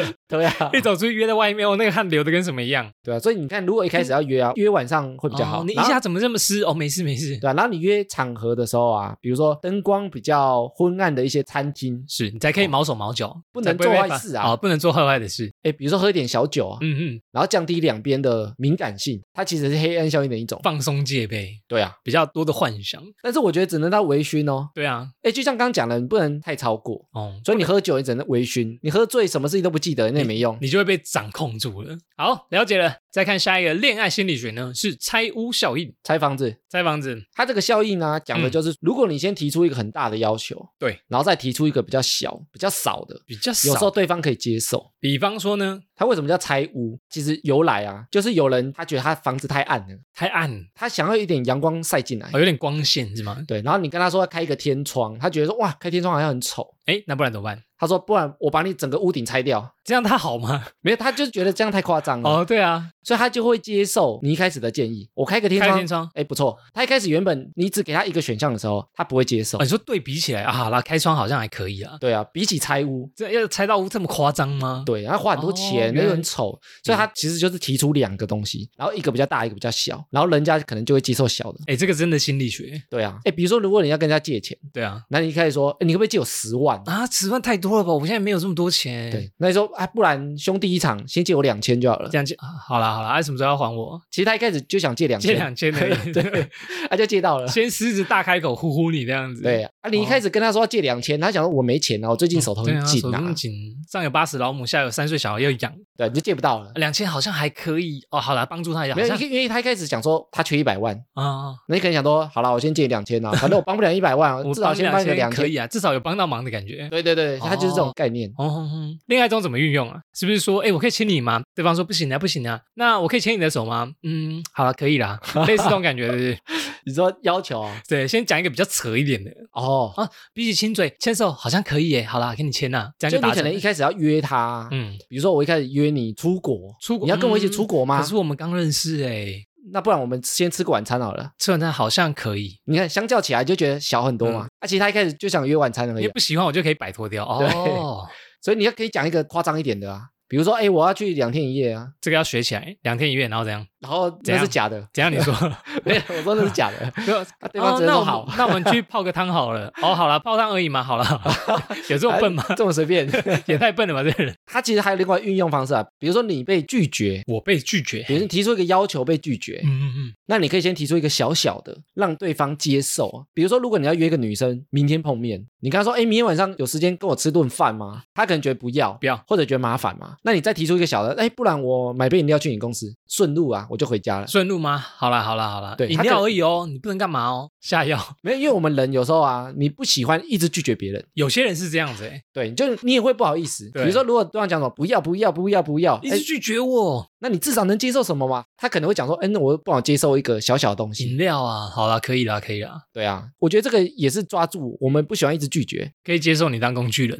S1: *laughs*
S2: 对啊，
S1: 一走出去约在外面，哦，那个汗流的跟什么一样，
S2: 对啊，所以你看，如果一开始要约啊，约晚上会比较好。
S1: 哦你一
S2: 然后
S1: 下怎么这么湿？哦，没事没事，
S2: 对啊，然后你约场合的时候啊，比如说灯光比较昏暗的一些餐厅，
S1: 是你才可以毛手毛脚，
S2: 不
S1: 才
S2: 能
S1: 会被
S2: 做坏
S1: 发
S2: 事啊
S1: 哦，不能做坏坏的事。
S2: 哎，比如说喝一点小酒啊，
S1: 嗯嗯，
S2: 然后降低两边的敏感性，它其实是黑暗效应的一种。
S1: 放松戒备，
S2: 对啊，
S1: 比较多的幻想。
S2: 但是我觉得只能到微醺哦。
S1: 对啊，
S2: 哎，就像刚刚讲的，你不能太超过，
S1: 哦，
S2: 所以你喝酒你只能微醺，你喝醉什么事情都不记得，那也没用。
S1: 你就会被掌控住了。好，了解了。再看下一个恋爱心理学呢，是拆屋效应。
S2: 拆房子，
S1: 拆房子，
S2: 它这个效应呢、讲的
S1: 嗯
S2: 就是，如果你先提出一个很大的要求，
S1: 对，
S2: 然后再提出一个比较小、比较少的，
S1: 比较少。
S2: 有时候对方可以接受。
S1: 比方说呢，
S2: 它为什么叫拆屋？其实由来啊，就是有人他觉得他房子太暗了，
S1: 太暗，
S2: 他想要一点阳光晒进来
S1: 哦，。有点光线是吗？
S2: 对，然后你跟他说要开一个天窗，他觉得说哇，开天窗好像很丑。
S1: 哎，那不然怎么办？
S2: 他说不然我把你整个屋顶拆掉，
S1: 这样它好吗？
S2: 没有，他就觉得这样太夸张了，
S1: 哦，对啊，
S2: 所以他就会接受你一开始的建议，我开个天
S1: 开
S2: 窗。
S1: 天窗。
S2: 哎，不错。他一开始原本你只给他一个选项的时候，他不会接受
S1: 哦，。你说对比起来啊，好啦，开窗好像还可以啊。
S2: 对啊，比起拆屋，
S1: 这要拆到屋这么夸张吗？
S2: 对，然后花很多
S1: 哦
S2: 钱，
S1: 原
S2: 又
S1: 来嗯
S2: 很丑，所以他其实就是提出两个东西，然后一个比较大，一个比较小，然后人家可能就会接受小的。
S1: 哎，这个真的心理学。
S2: 对啊，哎，比如说如果你要跟人家借钱，
S1: 对啊，
S2: 那你一开始说，哎，你可不可以借我十万？
S1: 啊，十万太多了吧？我现在没有这么多钱。，
S2: 对，那你说，哎，不然兄弟一场，先借我两千就
S1: *laughs*
S2: 好了
S1: 这。样就、啊好啦好啦，啊，什么时候要还我？
S2: 其实他一开始就想借两
S1: 借
S2: 千，
S1: 两千而已。
S2: *laughs* 对，他就借到了。
S1: *laughs* 先狮子大开口呼呼你这样子。
S2: 对啊，你一开始跟他说要借两千，他想说我没钱啊，我最近手头
S1: 对
S2: 很
S1: 啊，
S2: 紧
S1: 手
S2: 啊
S1: 很，紧，上有八十老母，下有三岁小孩要养，
S2: 对，你就借不到了。
S1: 两千好像还可以哦。好啦，帮助他一下，
S2: 没
S1: 好
S2: 有，
S1: 像
S2: 因为因为他一开始讲说他缺一百万，
S1: 啊、哦，
S2: 那你可能想说，好了，我先借两千啊，反正我帮不了一百万啊，
S1: *laughs* 我
S2: 至少先帮
S1: 帮
S2: 个两
S1: 可
S2: 千。
S1: 以啊，至少有帮到忙的感觉。
S2: 对对对，他就是这种
S1: 哦
S2: 概念。
S1: 哦，哼哼恋爱中怎么运用啊？是不是说，哎，我可以牵你吗？对方说不行啊，不行啊。那我可以牵你的手吗？嗯，好了，可以
S2: *laughs*
S1: 啦，类似这种感觉，对不对？
S2: 你说要求啊
S1: 对，先讲一个比较扯一点的
S2: 哦，
S1: 啊，比起亲嘴，牵手好像可以耶。好啦，给你牵呐，这样就
S2: 就你
S1: 达
S2: 可
S1: 成
S2: 能一开始要约他，
S1: 嗯，
S2: 比如说我一开始约你出国，
S1: 出国
S2: 你要跟我一起
S1: 嗯
S2: 出国吗
S1: 可？是我们刚认识哎，
S2: 那不然我们先吃个晚餐好了。
S1: 吃完饭好像可以。
S2: 你看，相较起来就觉得小很多嘛。
S1: 嗯
S2: 而且他一开始就想约晚餐而
S1: 你
S2: 已
S1: 也
S2: 啊，
S1: 不喜欢我就可以摆脱掉哦。
S2: 所以你要可以讲一个夸张一点的啊，比如说，哎，我要去两天一夜啊，
S1: 这个要学起来，两天一夜，然后怎样？
S2: 然后
S1: 怎
S2: 那
S1: 样
S2: 是假的，
S1: 怎样？你说，
S2: 没有，我说那是
S1: *laughs*
S2: 假的，啊 *laughs* 对方
S1: 哦
S2: 直接
S1: 那
S2: 说
S1: 我
S2: 好
S1: 们，那我们去泡个汤好了。哦，好了，泡汤而已嘛，好了，好啦 *laughs* 有这么笨
S2: *laughs*
S1: 吗？
S2: 这么
S1: *laughs*
S2: 随便。
S1: 也太笨了吧，这个人。
S2: 他其实还有另外运用方式啊，比如说你被拒绝，
S1: 我被拒绝。
S2: 比如你提出一个要求被拒绝，
S1: 嗯嗯
S2: 那你可以先提出一个小小的，让对方接受啊。比如说，如果你要约一个女生明天碰面，你跟她说：“哎，明天晚上有时间跟我吃顿饭吗？”她可能觉得不要，
S1: 不要
S2: 或者觉得麻烦嘛。那你再提出一个小的，哎，不然我买杯饮料去你公司，顺路啊，我就回家了
S1: 嗯，。顺路吗？好啦好啦好啦，
S2: 对
S1: 饮
S2: 他
S1: 料
S2: 可
S1: 而已哦，你不能干嘛哦，下药。
S2: 没有，因为我们人有时候啊，你不喜欢一直拒绝别人，
S1: 有些人是这样子、欸，
S2: 对，就是你也会不好意思。比
S1: 对
S2: 如说，如果对方讲什么不要不要不要不要，
S1: 一
S2: 哎
S1: 直，拒绝我
S2: 那你至少能接受什么吗？他可能会讲说：“哎，那我不好接受一个小小的东西。
S1: 饮料啊，好啦，可以啦，可以啦，
S2: 对啊，我觉得这个也是抓住我们不喜欢一直拒绝。
S1: 可以接受你当工具 *laughs* 人，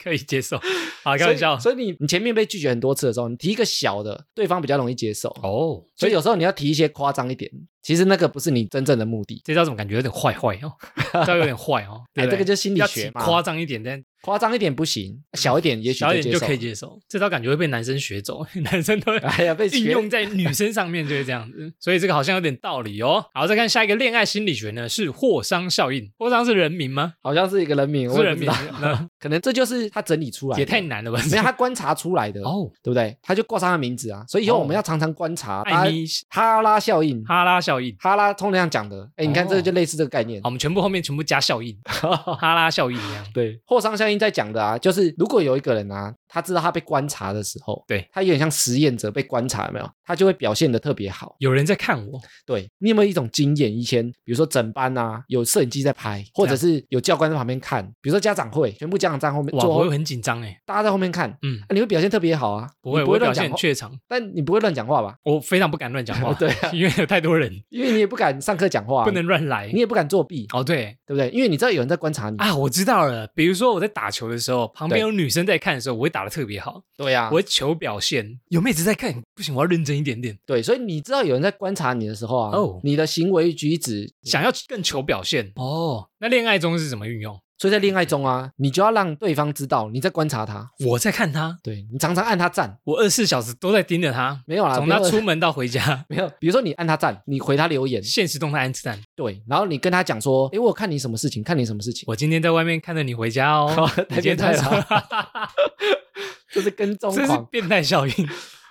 S1: 可以接受。好，开
S2: 所以
S1: 玩笑。
S2: 所以你你前面被拒绝很多次的时候，你提一个小的，对方比较容易接受。
S1: 哦，
S2: 所以有时候你要提一些夸张一点，其实那个不是你真正的目的。
S1: 这招怎么感觉有点坏坏哦？ *laughs* 这招有点坏哦，对
S2: 哎，
S1: 不
S2: 这
S1: 对？
S2: 个就是心理
S1: 要
S2: 学
S1: 起
S2: 嘛，
S1: 夸张一点，但
S2: 夸张一点不行，小一点也许
S1: 小一点就
S2: 受
S1: 可以。接受。这招感觉会被男生学走， *laughs* 男生都会
S2: 哎呀，被
S1: 应
S2: 学
S1: 用在女生上面就是这样
S2: *laughs*
S1: 子，所以这个好像有点道理哦。好，再看下一个恋爱心理学呢，是霍桑效应。霍桑是人名吗？
S2: 好像是一个人名，
S1: 是
S2: 我也
S1: 人
S2: 不知
S1: 名
S2: 道， *laughs*
S1: 那
S2: 可能这就是他整理出来的，
S1: 也太难了吧？
S2: 没有他观察出来的，
S1: 哦，
S2: 对不对？他就挂上他名字啊，所以以后
S1: 哦
S2: 我们要常常观察他
S1: 艾米
S2: 哈拉效应。
S1: 哈拉效应。
S2: 哈拉通常讲的，哎，你看
S1: 哦
S2: 这个就类似这个概念
S1: 好，。我们全部后面全部加效
S2: *laughs*
S1: 应，哈拉效应一样。
S2: 对，霍桑效应在讲的啊，就是如果有一个人啊，他知道他被观察的时候，
S1: 对
S2: 他有点像实验者被观察，有没有？他就会表现的特别好。
S1: 有人在看我，
S2: 对你有没有一种经验？以前比如说整班啊，有摄影机在拍，或者是有教官在旁边看，比如说家长会，全部家长在后面
S1: 哇，我
S2: 坐
S1: 会，很紧张哎。
S2: 大家在后面看，
S1: 嗯
S2: 啊，你会表现特别好啊，
S1: 不会，
S2: 你
S1: 我
S2: 不
S1: 会
S2: 会乱
S1: 表
S2: 讲
S1: 现
S2: 话
S1: 很，怯场，
S2: 但你不会乱讲话吧？，
S1: 我非常不敢乱讲话
S2: *laughs* 对啊
S1: 因为有太多人，
S2: 因为你也不敢上课讲话啊，
S1: 不能乱来
S2: 你。也不敢作弊，
S1: 哦，对
S2: 对不对？因为你知道有人在观察你。
S1: 啊，我知道了。比如说我在打球的时候，旁边
S2: 对
S1: 有女生在看的时候，我会打的特别好。
S2: 对呀、啊，
S1: 我会求表现，有妹子在看，不行，我要认真一点点。
S2: 对，所以你知道有人在观察你的时候啊，
S1: 哦
S2: 你的行为举止
S1: 想要更求表现哦，那恋爱中是怎么运用？
S2: 所以在恋爱中啊，你就要让对方知道你在观察他，
S1: 我在看他，
S2: 对你常常按他赞，
S1: 我二十四小时都在盯着他，
S2: 啊没有啦，
S1: 从
S2: 不
S1: 他
S2: 要
S1: 出门到回家
S2: *laughs* ，没有，比如说你按他赞，你回他留言，
S1: 现实动态暗赞。
S2: 对，然后你跟他讲说，诶，我有看你什么事情，看你什么事情，
S1: 我今天在外面看着你回家
S2: *laughs*
S1: 哦，你
S2: 太
S1: 今天
S2: 变态
S1: 穿什
S2: *laughs*
S1: 么
S2: 了，，这是跟踪
S1: 这是
S2: 狂，
S1: 变态效应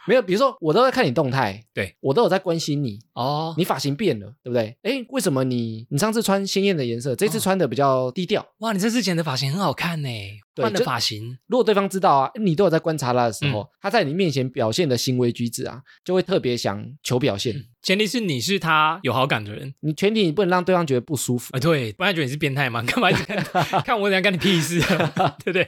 S2: 没有，比如说我都在看你动态，
S1: 对
S2: 我都有在关心你，
S1: 哦。
S2: 你发型变了，对不对？诶，为什么你你上次穿鲜艳的颜色，这次
S1: 哦
S2: 穿的比较低调？
S1: 哇，你这次剪的发型很好看呢，
S2: 对
S1: 换了
S2: 就
S1: 发型
S2: 如果对方知道啊，你都有在观察他的时候，
S1: 嗯
S2: 他在你面前表现的行为举止啊，就会特别想求表现。
S1: 前提是你是他有好感的人
S2: 你全体你不能让对方觉得不舒服。
S1: 啊
S2: *laughs*
S1: 啊，对，不然觉得你是变态吗？干嘛一直看看我怎样干你屁事，对不对？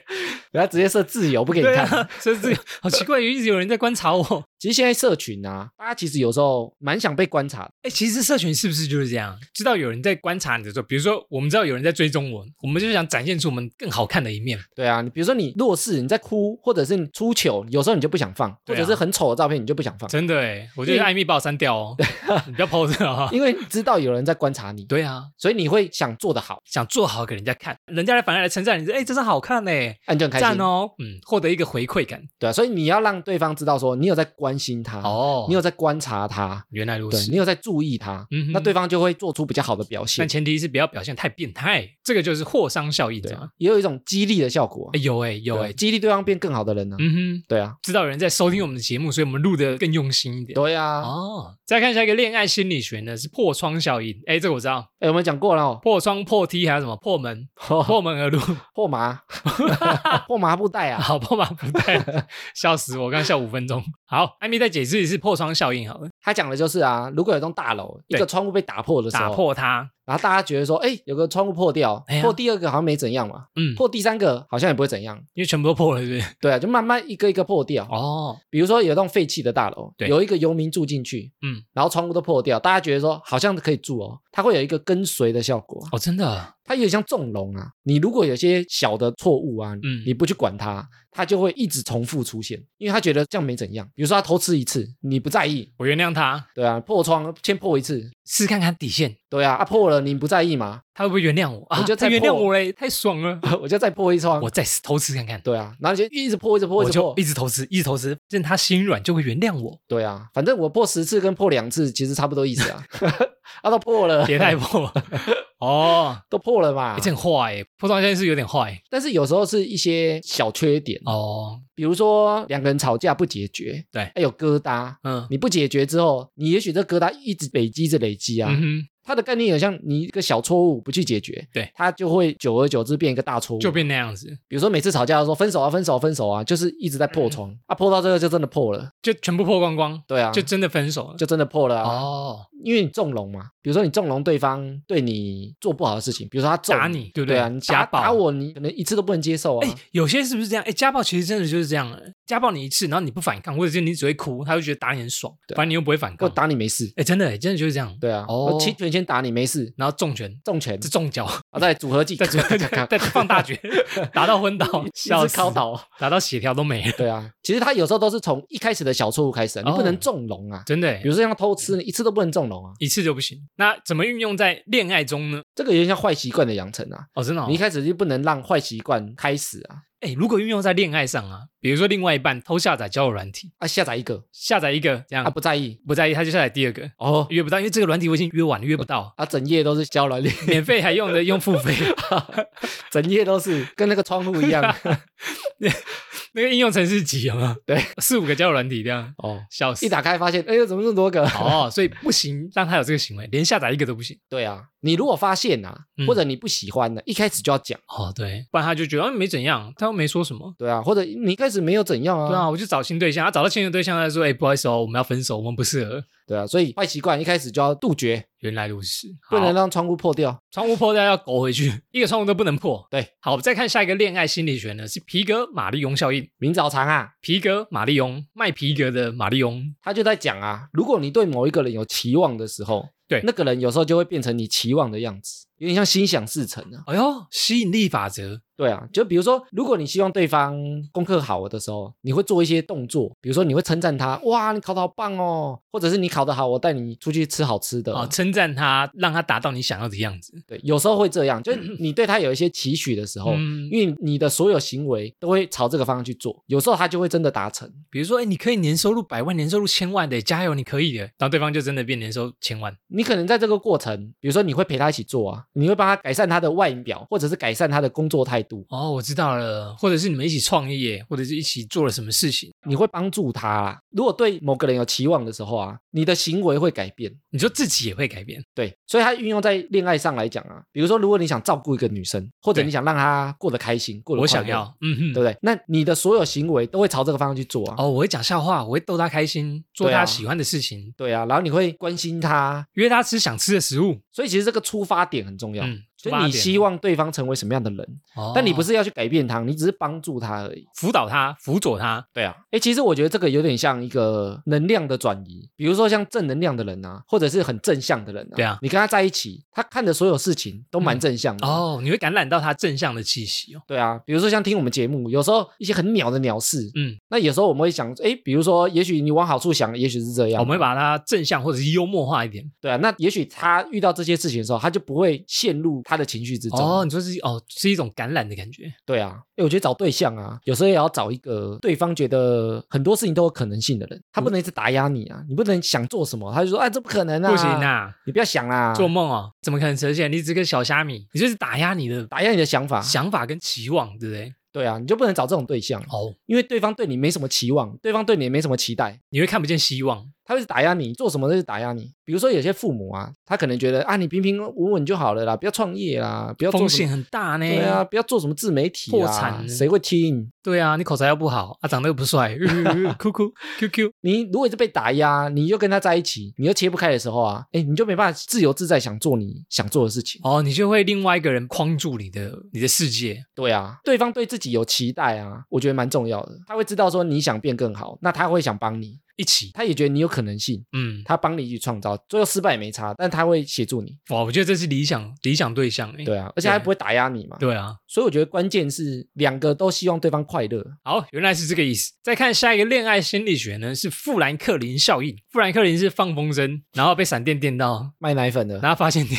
S2: 然后直接设自由不给你
S1: 对
S2: 看。
S1: *laughs* 啊，甚至
S2: *laughs*
S1: 好奇怪，一直有人在观察我。
S2: 其实现在社群啊，大家其实有时候蛮想被观察的。
S1: 哎、其实社群是不是就是这样？知道有人在观察你的时候，比如说我们知道有人在追踪我，我们就想展现出我们更好看的一面。
S2: 对啊，你比如说你弱势，你在哭，或者是你出糗，有时候你就不想放，或
S1: 对啊
S2: 者是很丑的照片你就不想放，
S1: 真的哎，我觉得艾米把我删掉哦，你不要 po 这啊。
S2: 因为你知道有人在观察你，
S1: 对啊，
S2: 所以你会想做得好，
S1: 想做好给人家看，人家来反而来称赞你说：“哎、这张好看哎，
S2: 那你就很开
S1: 赞
S2: 心。
S1: 哦。”嗯，获得一个回馈感。
S2: 对啊，所以你要让对方知道说你有在关心他，
S1: 哦
S2: 你有在观察他，
S1: 原来如
S2: 对
S1: 此
S2: 你。有在注意他，
S1: 嗯哼
S2: 那对方就会做出比较好的表现
S1: 但。前提是不要表现太变态，这个就是霍商效应，
S2: 对
S1: 对
S2: 啊
S1: 吗？，
S2: 也有一种激励的效果啊
S1: 哎，有哎有
S2: 对
S1: 哎，
S2: 激励对方变更好的人呢。
S1: 嗯哼，
S2: 对啊，
S1: 知道有人在收听我们的节目，所以我们录的更用心一点。
S2: 对啊，
S1: 哦，再看下一个恋爱心理学呢，是破窗效应。哎，这个我知道，
S2: 哎，我们讲过了哦，
S1: 破窗、破梯还有什么破门、破门而入， *laughs*
S2: 破麻，破麻布袋啊，
S1: 好破马不对，笑死我，刚笑五分钟。好，艾米再解释一次破窗效应好了，
S2: 他讲的就是啊，如果有一栋大楼，一
S1: 对
S2: 个窗户被打破的时
S1: 打
S2: 候，
S1: 破它，
S2: 然后大家觉得说，哎，有个窗户破掉
S1: 哎，呀
S2: 破第二个好像没怎样嘛，
S1: 嗯，
S2: 破第三个好像也不会怎
S1: *laughs*
S2: 样，
S1: 因为全部都破了，是不是？
S2: 对啊，就慢慢一个一个破掉。
S1: 哦，
S2: 比如说有一栋废弃的大楼，
S1: 对
S2: 有一个游民住进去，
S1: 嗯，
S2: 然后窗户都破掉，大家觉得说好像可以住哦，它会有一个跟随的效果，
S1: 哦，真的，
S2: 它有点像纵容啊。你如果有些小的错误啊，
S1: 嗯
S2: 你不去管它，它就会一直重复出现，因为他觉得这样没怎样。比如说他偷吃一次，你不在意，
S1: 我原谅他，
S2: 对啊，破窗先破一次，
S1: 试看看底线，
S2: 对啊，啊破了你不在意嘛， *laughs*
S1: 他会不会原谅我啊？
S2: 我就
S1: 他
S2: 再
S1: 原谅
S2: 破
S1: 我嘞，太爽了，
S2: 我就再破一窗
S1: 我，再偷吃看看。
S2: 对啊，然后就一直破，一直破，
S1: 我
S2: 一直
S1: 就
S2: 破
S1: 一，直偷吃，一直偷吃，见他心软就会原谅 *laughs* 我，
S2: 对啊，反正我破十次跟破两次其实差不多意思啊， *laughs* 啊都破了，
S1: 别太 *laughs* 破哦，
S2: *laughs* 都破了嘛
S1: 欸，这很坏欸，破窗效应是有点坏欸
S2: 但是有时候是一些小缺点，
S1: 哦，
S2: 比如说两个人吵架不解决，
S1: 对
S2: 还有疙瘩，
S1: 嗯
S2: 你不解决之后，你也许这疙瘩一直累积着累积啊。
S1: 嗯
S2: 它的概念很像你一个小错误不去解决，
S1: 对
S2: 它就会久而久之变一个大错误。
S1: 哼，就变那样子，
S2: 比如说每次吵架的时候分手啊分手啊分手啊，就是一直在
S1: 嗯
S2: 破窗、啊，破到这个就真的破了，
S1: 就全部破光光，
S2: 对啊，
S1: 就真的分手了。
S2: 就真的破了啊。
S1: 哦，
S2: 因为你纵容嘛，比如说你纵容对方对你做不好的事情，比如说他揍
S1: 打你对不对
S2: 对啊，你
S1: 家
S2: 打
S1: 暴
S2: 打我，你可能一次都不能接受啊。
S1: 哎，有些是不是这样？哎，家暴其实真的就是这样欸，家暴你一次，然后你不反抗，或者是你只会哭，他就觉得打你很爽，
S2: 对
S1: 反正你又不会反
S2: 我
S1: 抗。
S2: 打你没事，
S1: 哎，真的欸，真的就是这样。
S2: 对啊，
S1: 哦
S2: 我七拳先打你没事，
S1: 然后重拳，
S2: 重拳
S1: 这重
S2: *laughs*
S1: 脚，
S2: 啊，再组合技，
S1: 再重 *laughs* 再放大
S2: *laughs*
S1: 绝，打到昏倒，笑
S2: 一
S1: 死
S2: 直，敲倒。
S1: 打到血条都没了。
S2: *laughs* 对啊，其实他有时候都是从一开始的小错误开始啊，你
S1: 哦
S2: 不能纵容啊。
S1: 真的欸
S2: 比，如说像偷吃，你一次都不能纵容啊，
S1: 一次就不行。那怎么运用在恋爱中呢？
S2: 这个有点像坏习惯的养成啊。
S1: 哦，真的、哦
S2: 你一，开始就不能让坏习惯开始啊
S1: 哎，如果运用在恋爱上啊，比如说另外一半偷下载交友软体，
S2: 啊！下载一个
S1: 下载一个这样、
S2: 啊，不在意
S1: 不在意，他就下载第二个，
S2: 哦
S1: 约不到，因为这个软体我已经约完了，约不到，
S2: 啊，整夜都是交软脸，
S1: 免费还用的用付费，
S2: *laughs* 整夜都是跟那个窗户
S1: *laughs*
S2: 一样
S1: 那个应用程式几有吗？
S2: 对，
S1: *laughs* 四五个交友软体这样，
S2: 哦。
S1: 笑死
S2: 一。打开发现，哎呦，怎么这么多个？
S1: 哦，所以不行，让他有这个行为，连下载一个都不行。
S2: 对啊，你如果发现啊
S1: 嗯，
S2: 或者你不喜欢的，一开始就要讲，
S1: 哦，对，不然他就觉得、啊、没怎样，他又没说什么。
S2: 对啊，或者你一开始没有怎样
S1: 对啊，，我就找新对象，他、找到新的对象，他说：“哎、不好意思哦，我们要分手，我们不适合。
S2: 对啊，所以坏习惯一开始就要杜绝，”
S1: 原来如此，
S2: 不
S1: 好
S2: 能让窗户破掉。
S1: 窗户破掉要勾回去，一个窗户都不能破。
S2: 对，
S1: 好，再看下一个恋爱心理学呢，是皮革马利翁效应。
S2: 明早长啊，
S1: 皮革马利翁，卖皮革的马利翁，
S2: 他就在讲啊，如果你对某一个人有期望的时候，
S1: 对
S2: 那个人有时候就会变成你期望的样子，有点像心想事成啊。
S1: 哎呦，吸引力法则，
S2: 对啊，就比如说，如果你希望对方功课好的时候，你会做一些动作，比如说你会称赞他，哇，你考得好棒哦，或者是你考得好，我带你出去吃好吃的
S1: 啊，称赞他，让他达到你想要的样子。
S2: 对，有时候会这样，就是你对他有一些期许的时候，
S1: 嗯
S2: 因为你的所有行为都会朝这个方向去做，有时候他就会真的达成。
S1: 比如说，哎，你可以年收入百万，年收入千万的，加油，你可以的。然后对方就真的变年收千万，
S2: 你可能在这个过程，比如说你会陪他一起做啊，你会帮他改善他的外表，或者是改善他的工作态度，
S1: 哦，我知道了。或者是你们一起创业，或者是一起做了什么事情，
S2: 你会帮助他、啊。如果对某个人有期望的时候啊，你的行为会改变。
S1: 你说自己也会改变。
S2: 对，所以它运用在恋爱上来讲啊，比如说，如果你想照顾一个女生，或者
S1: 对
S2: 你想让她过得开心，过得
S1: 我
S2: 快乐
S1: 想，要，嗯
S2: 对
S1: 哼
S2: 不，对？那你的所有行为都会朝这个方向去做啊。
S1: 哦，我会讲笑话，我会逗他开心，做
S2: 对啊
S1: 他喜欢的事情，
S2: 对啊，然后你会关心她，
S1: 约他吃想吃的食物，
S2: 所以其实这个出发点很重要。
S1: 嗯，出
S2: 所
S1: 发
S2: 以你
S1: 点
S2: 希望对方成为什么样的人，
S1: 哦
S2: 但你不是要去改变他，你只是帮助他而已。
S1: 辅导他、辅佐他，
S2: 对啊，哎，其实我觉得这个有点像一个能量的转移，比如说像正能量的人啊，或者是很正向的人啊，
S1: 对啊
S2: 你跟他在一起，他看的所有事情都蛮
S1: 嗯
S2: 正向的。
S1: 哦，你会感染到他正向的气息哦。
S2: 对啊，比如说像听我们节目，有时候一些很鸟的鸟事，
S1: 嗯，
S2: 那有时候我们会想，哎，比如说，也许你往好处想，也许是这样，
S1: 嗯我们会把它正向或者是幽默化一点。
S2: 对啊，那也许他遇到这些事情的时候，他就不会陷入他的情绪之中。
S1: 哦，你说是哦，是一种感染的感觉。
S2: 对啊，哎，我觉得找对象啊，有时候也要找一个对方觉得很多事情都有可能性的人，他
S1: 嗯
S2: 不能一直打压你啊，你不能想做什么，他就说，哎，这不可能啊，
S1: 不行，啊，
S2: 你不要想啦，
S1: 做梦哦，怎么可能实现？你只是个小虾米，你就是打压你的
S2: 打压你的想法。
S1: 想法跟期望，对不对？
S2: 对啊，你就不能找这种对象，
S1: 哦，
S2: 因为对方对你没什么期望，对方对你也没什么期待。
S1: 你会看不见希望。
S2: 他会打压你，做什么都是打压你。比如说有些父母啊，他可能觉得啊，你平平稳稳就好了啦，不要创业啦，不要做
S1: 风
S2: 什
S1: 险
S2: 么，
S1: 很大呢。
S2: 对啊，，不要做什么自媒体
S1: 破
S2: 啦，
S1: 产
S2: 谁会听？
S1: 对啊，你口才又不好啊，长得又不帅， *laughs* 呃哭哭 QQ，
S2: 你如果一直被打压，你又跟他在一起，你又切不开的时候啊，哎，你就没办法自由自在想做你想做的事情。
S1: 哦，你就会另外一个人框住你的你的世界。
S2: 对啊，对方对自己有期待啊，我觉得蛮重要的。他会知道说你想变更好，那他会想帮你，
S1: 一起，
S2: 他也觉得你有可能性，
S1: 嗯，
S2: 他帮你一起创造，最后失败也没差，但他会协助你。
S1: 哇，我觉得这是理想理想对象。哎
S2: 对啊，而且他不会打压你嘛。
S1: 对啊，
S2: 所以我觉得关键是两个都希望对方快乐。
S1: 好，原来是这个意思。再看下一个恋爱心理学呢，是富兰克林效应。富兰克林是放风筝，然后被闪电电到，
S2: 卖奶粉的
S1: 然后发现 *laughs* 电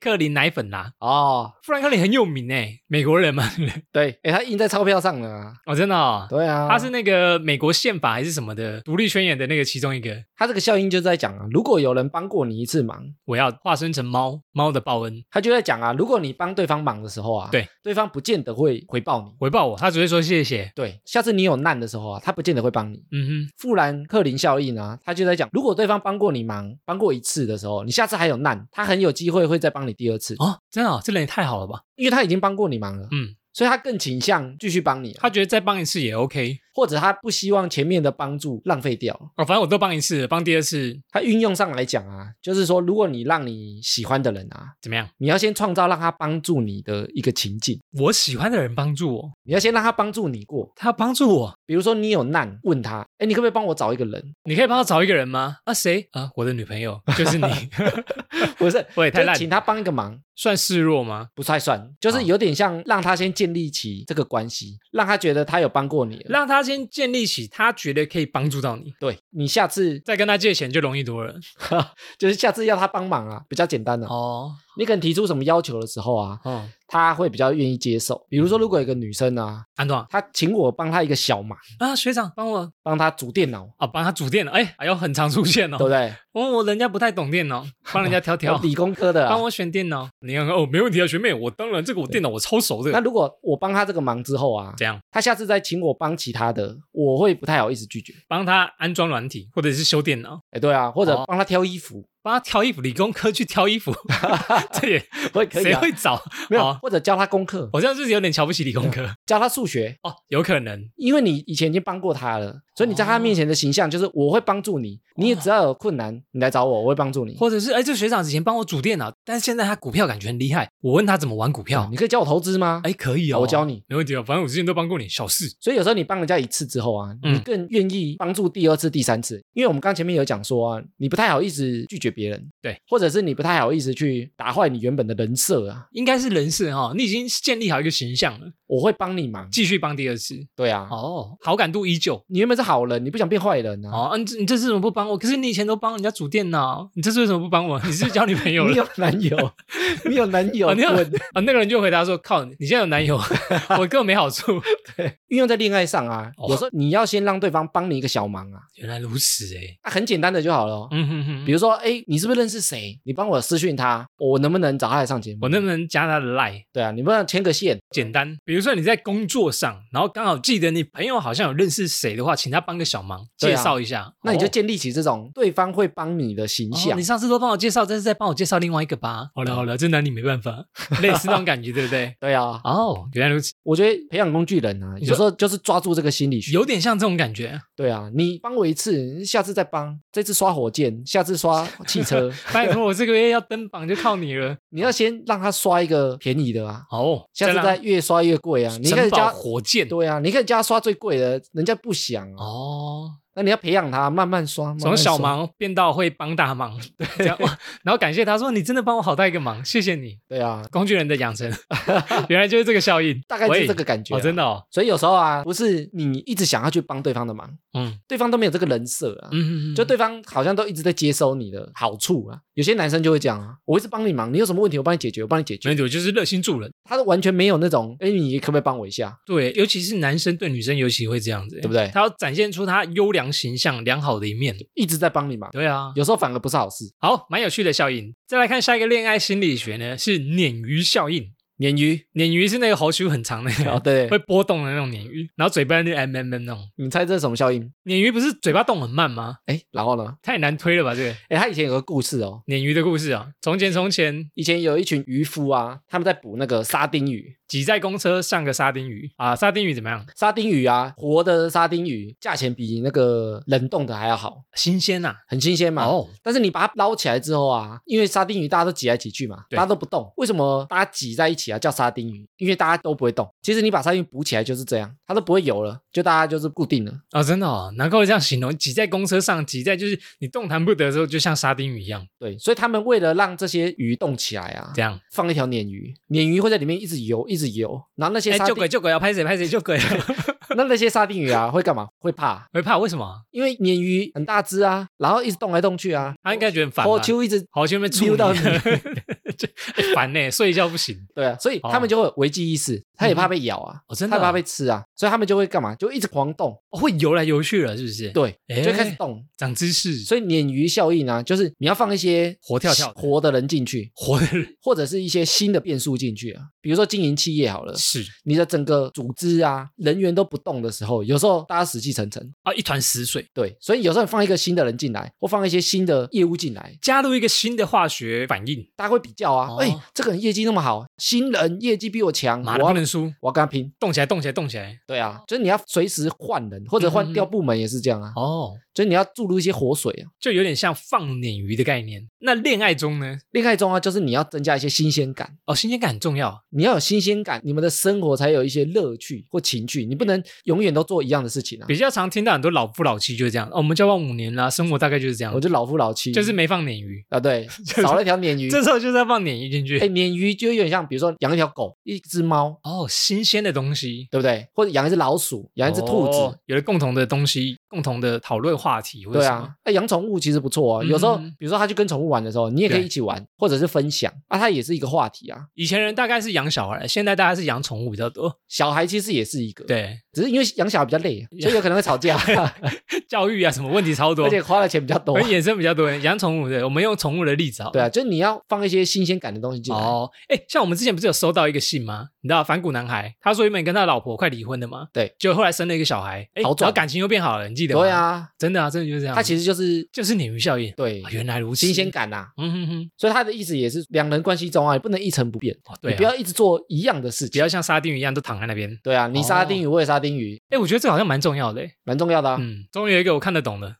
S1: 克林奶粉啦。
S2: 哦，
S1: 富兰克林很有名诶，美国人嘛，对 *laughs* 不对？
S2: 对，哎，他印在钞票上了啊。
S1: 哦，真的哦。
S2: 对啊，
S1: 他是那个美国宪法还是什么的独立宣言的那个其中一个，
S2: 他这个效应就在讲啊，如果有人帮过你一次忙，
S1: 我要化身成猫，猫的报恩
S2: 他就在讲啊，如果你帮对方忙的时候啊，
S1: 对，
S2: 对方不见得会回报你。
S1: 回报我，他只会说谢谢。
S2: 对，下次你有难的时候啊，他不见得会帮你。
S1: 嗯
S2: 富兰克林效应啊，他就在讲，如果对方帮过你忙，帮过一次的时候，你下次还有难，他很有机会会再帮你第二次，
S1: 哼，哦，真的、哦，这人也太好了吧？
S2: 因为他已经帮过你忙了，
S1: 嗯，
S2: 所以他更倾向继续帮你了，
S1: 他觉得再帮一次也 OK。
S2: 或者他不希望前面的帮助浪费掉。
S1: 哦，反正我都帮一次了，帮第二次
S2: 它运用上来讲啊，就是说，如果你让你喜欢的人啊，
S1: 怎么样？
S2: 你要先创造让他帮助你的一个情境，
S1: 我喜欢的人帮助我，
S2: 你要先让他帮助你过。
S1: 他帮助我，
S2: 比如说你有难，问他，哎，你可不可以帮我找一个
S1: *laughs*
S2: 人？
S1: 你可以帮我找一个人吗？啊，谁啊？我的女朋友就是
S2: *laughs*
S1: 你，
S2: 不是，
S1: 我也太
S2: 就
S1: 烂哦
S2: 是，请他帮一个忙，
S1: 算示弱吗？
S2: 不太算，就是有点像让他先建立起这个关系，让他觉得他有帮过你了。
S1: 让他先建立起他觉得可以帮助到你，
S2: 对你下次
S1: 再跟他借钱就容易多了。
S2: 就是下次要他帮忙啊，比较简单了、
S1: 哦
S2: 你可能提出什么要求的时候啊，
S1: 哦，
S2: 他会比较愿意接受。比如
S1: 嗯
S2: 说，如果有一个女生啊，
S1: 安东啊
S2: 她请我帮她一个小忙，
S1: 啊，学长帮我
S2: 帮她组电脑，
S1: 啊，帮他组电脑，哎，哎呦，很常出现
S2: 对不
S1: 哦。
S2: 对？
S1: 我我人家不太懂电脑，帮人家挑挑
S2: *laughs* 我，理工科的、啊，
S1: 帮我选电脑。你看看哦，没问题啊，学妹，我当然这个我电脑我超熟
S2: 那
S1: 的。
S2: 如果我帮他这个忙之后啊，
S1: 怎样？
S2: 他下次再请我帮其他的，我会不太好意思拒绝。
S1: 帮他安装软体，或者是修电脑，
S2: 哎，对啊，或者
S1: 哦
S2: 帮他挑衣服， *laughs*
S1: 帮他挑衣服，理工科去挑衣服，这也
S2: 会可以、
S1: 谁
S2: 啊？
S1: 会哦找？
S2: 没有，
S1: 好
S2: 或者教他功课，
S1: 我这样是不是有点瞧不起理工科
S2: 教他数学，
S1: 哦，有可能
S2: 因为你以前已经帮过他了，所以你在
S1: 哦
S2: 他面前的形象就是我会帮助你，你也只要有困难，你来找我，我会帮助你。
S1: 或者是哎，这个学长以前帮我组电脑，但是现在他股票感觉很厉害，我问他怎么玩股票
S2: 你，可以教我投资吗？
S1: 哦哎，可以
S2: 好
S1: 哦，
S2: 嗯啊我教，你。
S1: 没问题哦，反正我之前都帮过你，小事。
S2: 所以有时候你帮人家一次之后啊，
S1: 嗯
S2: 你更愿意帮助第二次、第三次，因为我们刚前面有讲说啊，你不太好意思拒绝别人，
S1: 对，
S2: 或者是你不太好意思去打坏你原本的人设啊。
S1: 应该是人事哈、哦，你已经建立好一个形象了，
S2: 我会帮你忙，
S1: 继续帮第二次
S2: 对啊，
S1: 哦，好感度依旧
S2: 你原本是好人，你不想变坏人啊，
S1: 哦。嗯、你这你这次怎么不帮我？可是你以前都帮人家组电脑，你这次为什么不帮
S2: *laughs*
S1: 我？你是不是交女朋友
S2: 你
S1: 了？
S2: 有男
S1: *laughs*
S2: 友，你有男友，
S1: 哦你有
S2: 滚
S1: 啊，那个人就回答说：“靠，你现在有男
S2: *laughs*
S1: 友，我根本没好处。
S2: 运用在恋爱上啊，
S1: 哦
S2: 有时候你要先让对方帮你一个小忙啊，”
S1: 原来如此哎、
S2: 啊很简单的就好了哦。
S1: 嗯哼哼，
S2: 比如说，哎，你是不是认识谁？你帮我私讯他，我能不能找他来上节目？
S1: 我能不能加他的 line？哦
S2: 对啊，你不能牵个线，
S1: 简单，比如如说你在工作上，然后刚好记得你朋友好像有认识谁的话，请他帮个小忙，
S2: 对啊
S1: 介绍一下。
S2: 那你就
S1: 哦
S2: 建立起这种对方会帮你的形
S1: 哦
S2: 象。
S1: 你上次都帮我介绍，这次再帮我介绍另外一个吧。
S2: 啊
S1: 好了好了，这拿你没办
S2: *laughs*
S1: 法，类似那种感觉，对不对？
S2: 对啊，
S1: 哦，原来如此，
S2: 我觉得培养工具人啊，
S1: 你说
S2: 有时候就是抓住这个心理学。
S1: 有点像这种感觉。
S2: 对啊，你帮我一次，下次再帮，这次刷火箭，下次刷
S1: *laughs*
S2: 汽车，
S1: 拜托，我这个月要登榜就靠你了。
S2: 你要先让他刷一个便宜的啊，
S1: 哦，
S2: 下次
S1: 让
S2: 再越刷越贵啊。你可以
S1: 城堡
S2: 加，
S1: 火箭。
S2: 对啊，你可以加刷最贵的，人家不想啊。
S1: 哦，
S2: 那你要培养他，慢慢刷，慢慢
S1: 从小
S2: 刷。
S1: 忙变到会帮大忙，对，这
S2: *laughs*
S1: 样哇然后感谢他说你真的帮我好大一个忙，谢谢你。
S2: 对啊，
S1: 工具人的养成，原来就是这个效应，
S2: 大概
S1: 喂
S2: 是这个感觉啊、
S1: 哦，真的哦，
S2: 所以有时候啊，不是你一直想要去帮对方的忙，
S1: 嗯
S2: 对方都没有这个人设啊。
S1: 嗯，嗯嗯
S2: 就对方好像都一直在接收你的好处啊，有些男生就会讲啊，我一直帮你忙，你有什么问题我帮你解决，我帮你解决
S1: 没。我就是热心助人，
S2: 他都完全没有那种，哎，你可不可以帮我一下？
S1: 对，尤其是男生对女生尤其会这样子，对
S2: 不对
S1: 他要展现出他优良形象、良好的一面。
S2: 一直在帮你忙，
S1: 对啊，
S2: 有时候反而不是好事。
S1: 好，蛮有趣的效应。再来看下一个恋爱心理学呢，是鲶鱼效应。
S2: 鲶鱼，
S1: 鲶鱼是那个喉须很长的，
S2: 哦，对
S1: 会，波动的那种鲶鱼，然后嘴巴就 M M M 那种。
S2: 你猜这是什么效应？
S1: 鲶鱼不是嘴巴动很慢吗？
S2: 哎，然后呢？
S1: 太难推了吧？这个
S2: 哎，他以前有个故事哦，
S1: 鲶鱼的故事啊，从前从前，
S2: 以前有一群渔夫啊，他们在捕那个沙丁鱼，
S1: 挤在公车上个沙丁鱼啊，沙丁鱼怎么样？
S2: 沙丁鱼啊，活的沙丁鱼价钱比那个冷冻的还要好，
S1: 新鲜呐、
S2: 很新鲜嘛。
S1: 哦，
S2: 但是你把它捞起来之后啊，因为沙丁鱼大家都挤来挤去嘛，
S1: 对
S2: 大家都不动，为什么大家挤在一起啊叫沙丁鱼？因为大家都不会动。其实你把沙丁鱼捕起来就是这样，它都不会游了，就大家就是固定了。
S1: 哦，真的哦，难怪会这样形容，挤在公车上，挤在就是你动弹不得的时候，就像沙丁鱼一样，
S2: 对，所以他们为了让这些鱼动起来啊
S1: 这，样。
S2: 放一条鲶鱼，鲶鱼会在里面一直游，一直游。然后那些
S1: 哎，
S2: 沙
S1: 救
S2: 丁，
S1: 鬼救鬼，要拍谁拍谁救
S2: *laughs*
S1: 鬼，
S2: 那那些沙丁鱼啊，会干嘛？会怕，
S1: 会怕？为什么？
S2: 因为鲶鱼很大只啊，然后一直动来动去啊，
S1: 他应该觉得很烦吧。
S2: 头丘一直
S1: 好，前面触
S2: 溜到你
S1: *laughs* 就哎烦呢，睡一觉不行。
S2: 对啊，所以
S1: 哦
S2: 他们就会有危机意识，他也怕被咬啊，
S1: 哦，真
S2: 他
S1: 的
S2: 也怕
S1: 啊
S2: 被吃啊，所以他们就会干嘛？就一直狂动，
S1: 哦会游来游去了，是不是？，
S2: 对，
S1: 哎
S2: 就会开始动。
S1: 长知识，
S2: 所以鲶鱼效应啊，就是你要放一些
S1: 活跳跳的
S2: 活的人进去，
S1: 活的人
S2: 或者是一些新的变数进去啊。比如说经营企业好了，
S1: 是
S2: 你的整个组织啊，人员都不动的时候，有时候大家死气沉沉。
S1: 啊，一团死水，
S2: 对，所以有时候你放一个新的人进来，或放一些新的业务进来，
S1: 加入一个新的化学反应，
S2: 大家会比较啊
S1: 哦，
S2: 哎、这个人业绩那么好，新人业绩比我强，我
S1: 马的不
S2: 要
S1: 能输，
S2: 我要跟他拼。
S1: 动起来，动起来，动起来。
S2: 对啊，就是你要随时换人，或者
S1: 嗯
S2: 换
S1: 哼
S2: 调部门也是这样啊，
S1: 哦，
S2: 就是你要注入一些活水啊。
S1: 就有点像放鲶鱼的概念。那恋爱中呢？
S2: 恋爱中啊，就是你要增加一些新鲜感。
S1: 哦，新鲜感很重要。
S2: 你要有新鲜感，你们的生活才有一些乐趣或情趣。你不能永远都做一样的事情啊！
S1: 比较常听到很多老夫老妻就是这样，哦、我们交往五年啦，生活大概就是这样
S2: 我，就老夫老妻，
S1: 就是没放鲶鱼。*laughs*
S2: 啊，对，少了一条鲶鱼。
S1: 这时候就是要放鲶鱼进去。
S2: 哎，鲶鱼就有点像，比如说养一条狗、一只猫，
S1: 哦，新鲜的东西，
S2: 对不对？或者养一只老鼠、养一只兔子，
S1: 哦有了共同的东西，共同的讨论话题，或者
S2: 对
S1: 什么
S2: 啊。哎，养宠物其实不错啊。有时候
S1: 嗯，
S2: 比如说他去跟宠物玩的时候，你也可以
S1: 对
S2: 一起玩，或者是分享啊，它也是一个话题啊。
S1: 以前人大概是养小孩，现在大家是养宠物比较多。
S2: 小孩其实也是一个，，
S1: 对，
S2: 只是因为养小孩比较
S1: *laughs*
S2: 累，啊所以有可能会吵架，
S1: 教育啊什么问题超多，
S2: 而且花的钱比较多
S1: *laughs* 可。能衍生比较多。养宠物的，我们用宠物的例子啊。
S2: 对啊，就是你要放一些新鲜感的东西进来。
S1: 哦，哎，像我们之前不是有收到一个信吗？你知道反骨男孩，他说原本跟他老婆快离婚的嘛，
S2: 对，
S1: 就后来生了一个小孩，哎，
S2: 好
S1: 然
S2: 转
S1: 后感情又变好了，你记得吗？
S2: 对，啊，
S1: 真的啊，真的就是这样。
S2: 它其实就是
S1: 就是鲶鱼效应。
S2: 对
S1: 啊，原来如此，
S2: 新鲜。感呐、
S1: 嗯哼哼，
S2: 所以他的意思也是，两人关系中啊，你不能一成不变，
S1: 哦对啊，
S2: 你不要一直做一样的事
S1: 不
S2: 情。
S1: 要像沙丁鱼一样都躺在那边。
S2: 对啊，你
S1: 哦
S2: 杀丁鱼，我也杀丁鱼，
S1: 哎，我觉得这好像蛮重要的。哎
S2: 蛮重要的啊。
S1: 嗯，终于有一个我看得懂的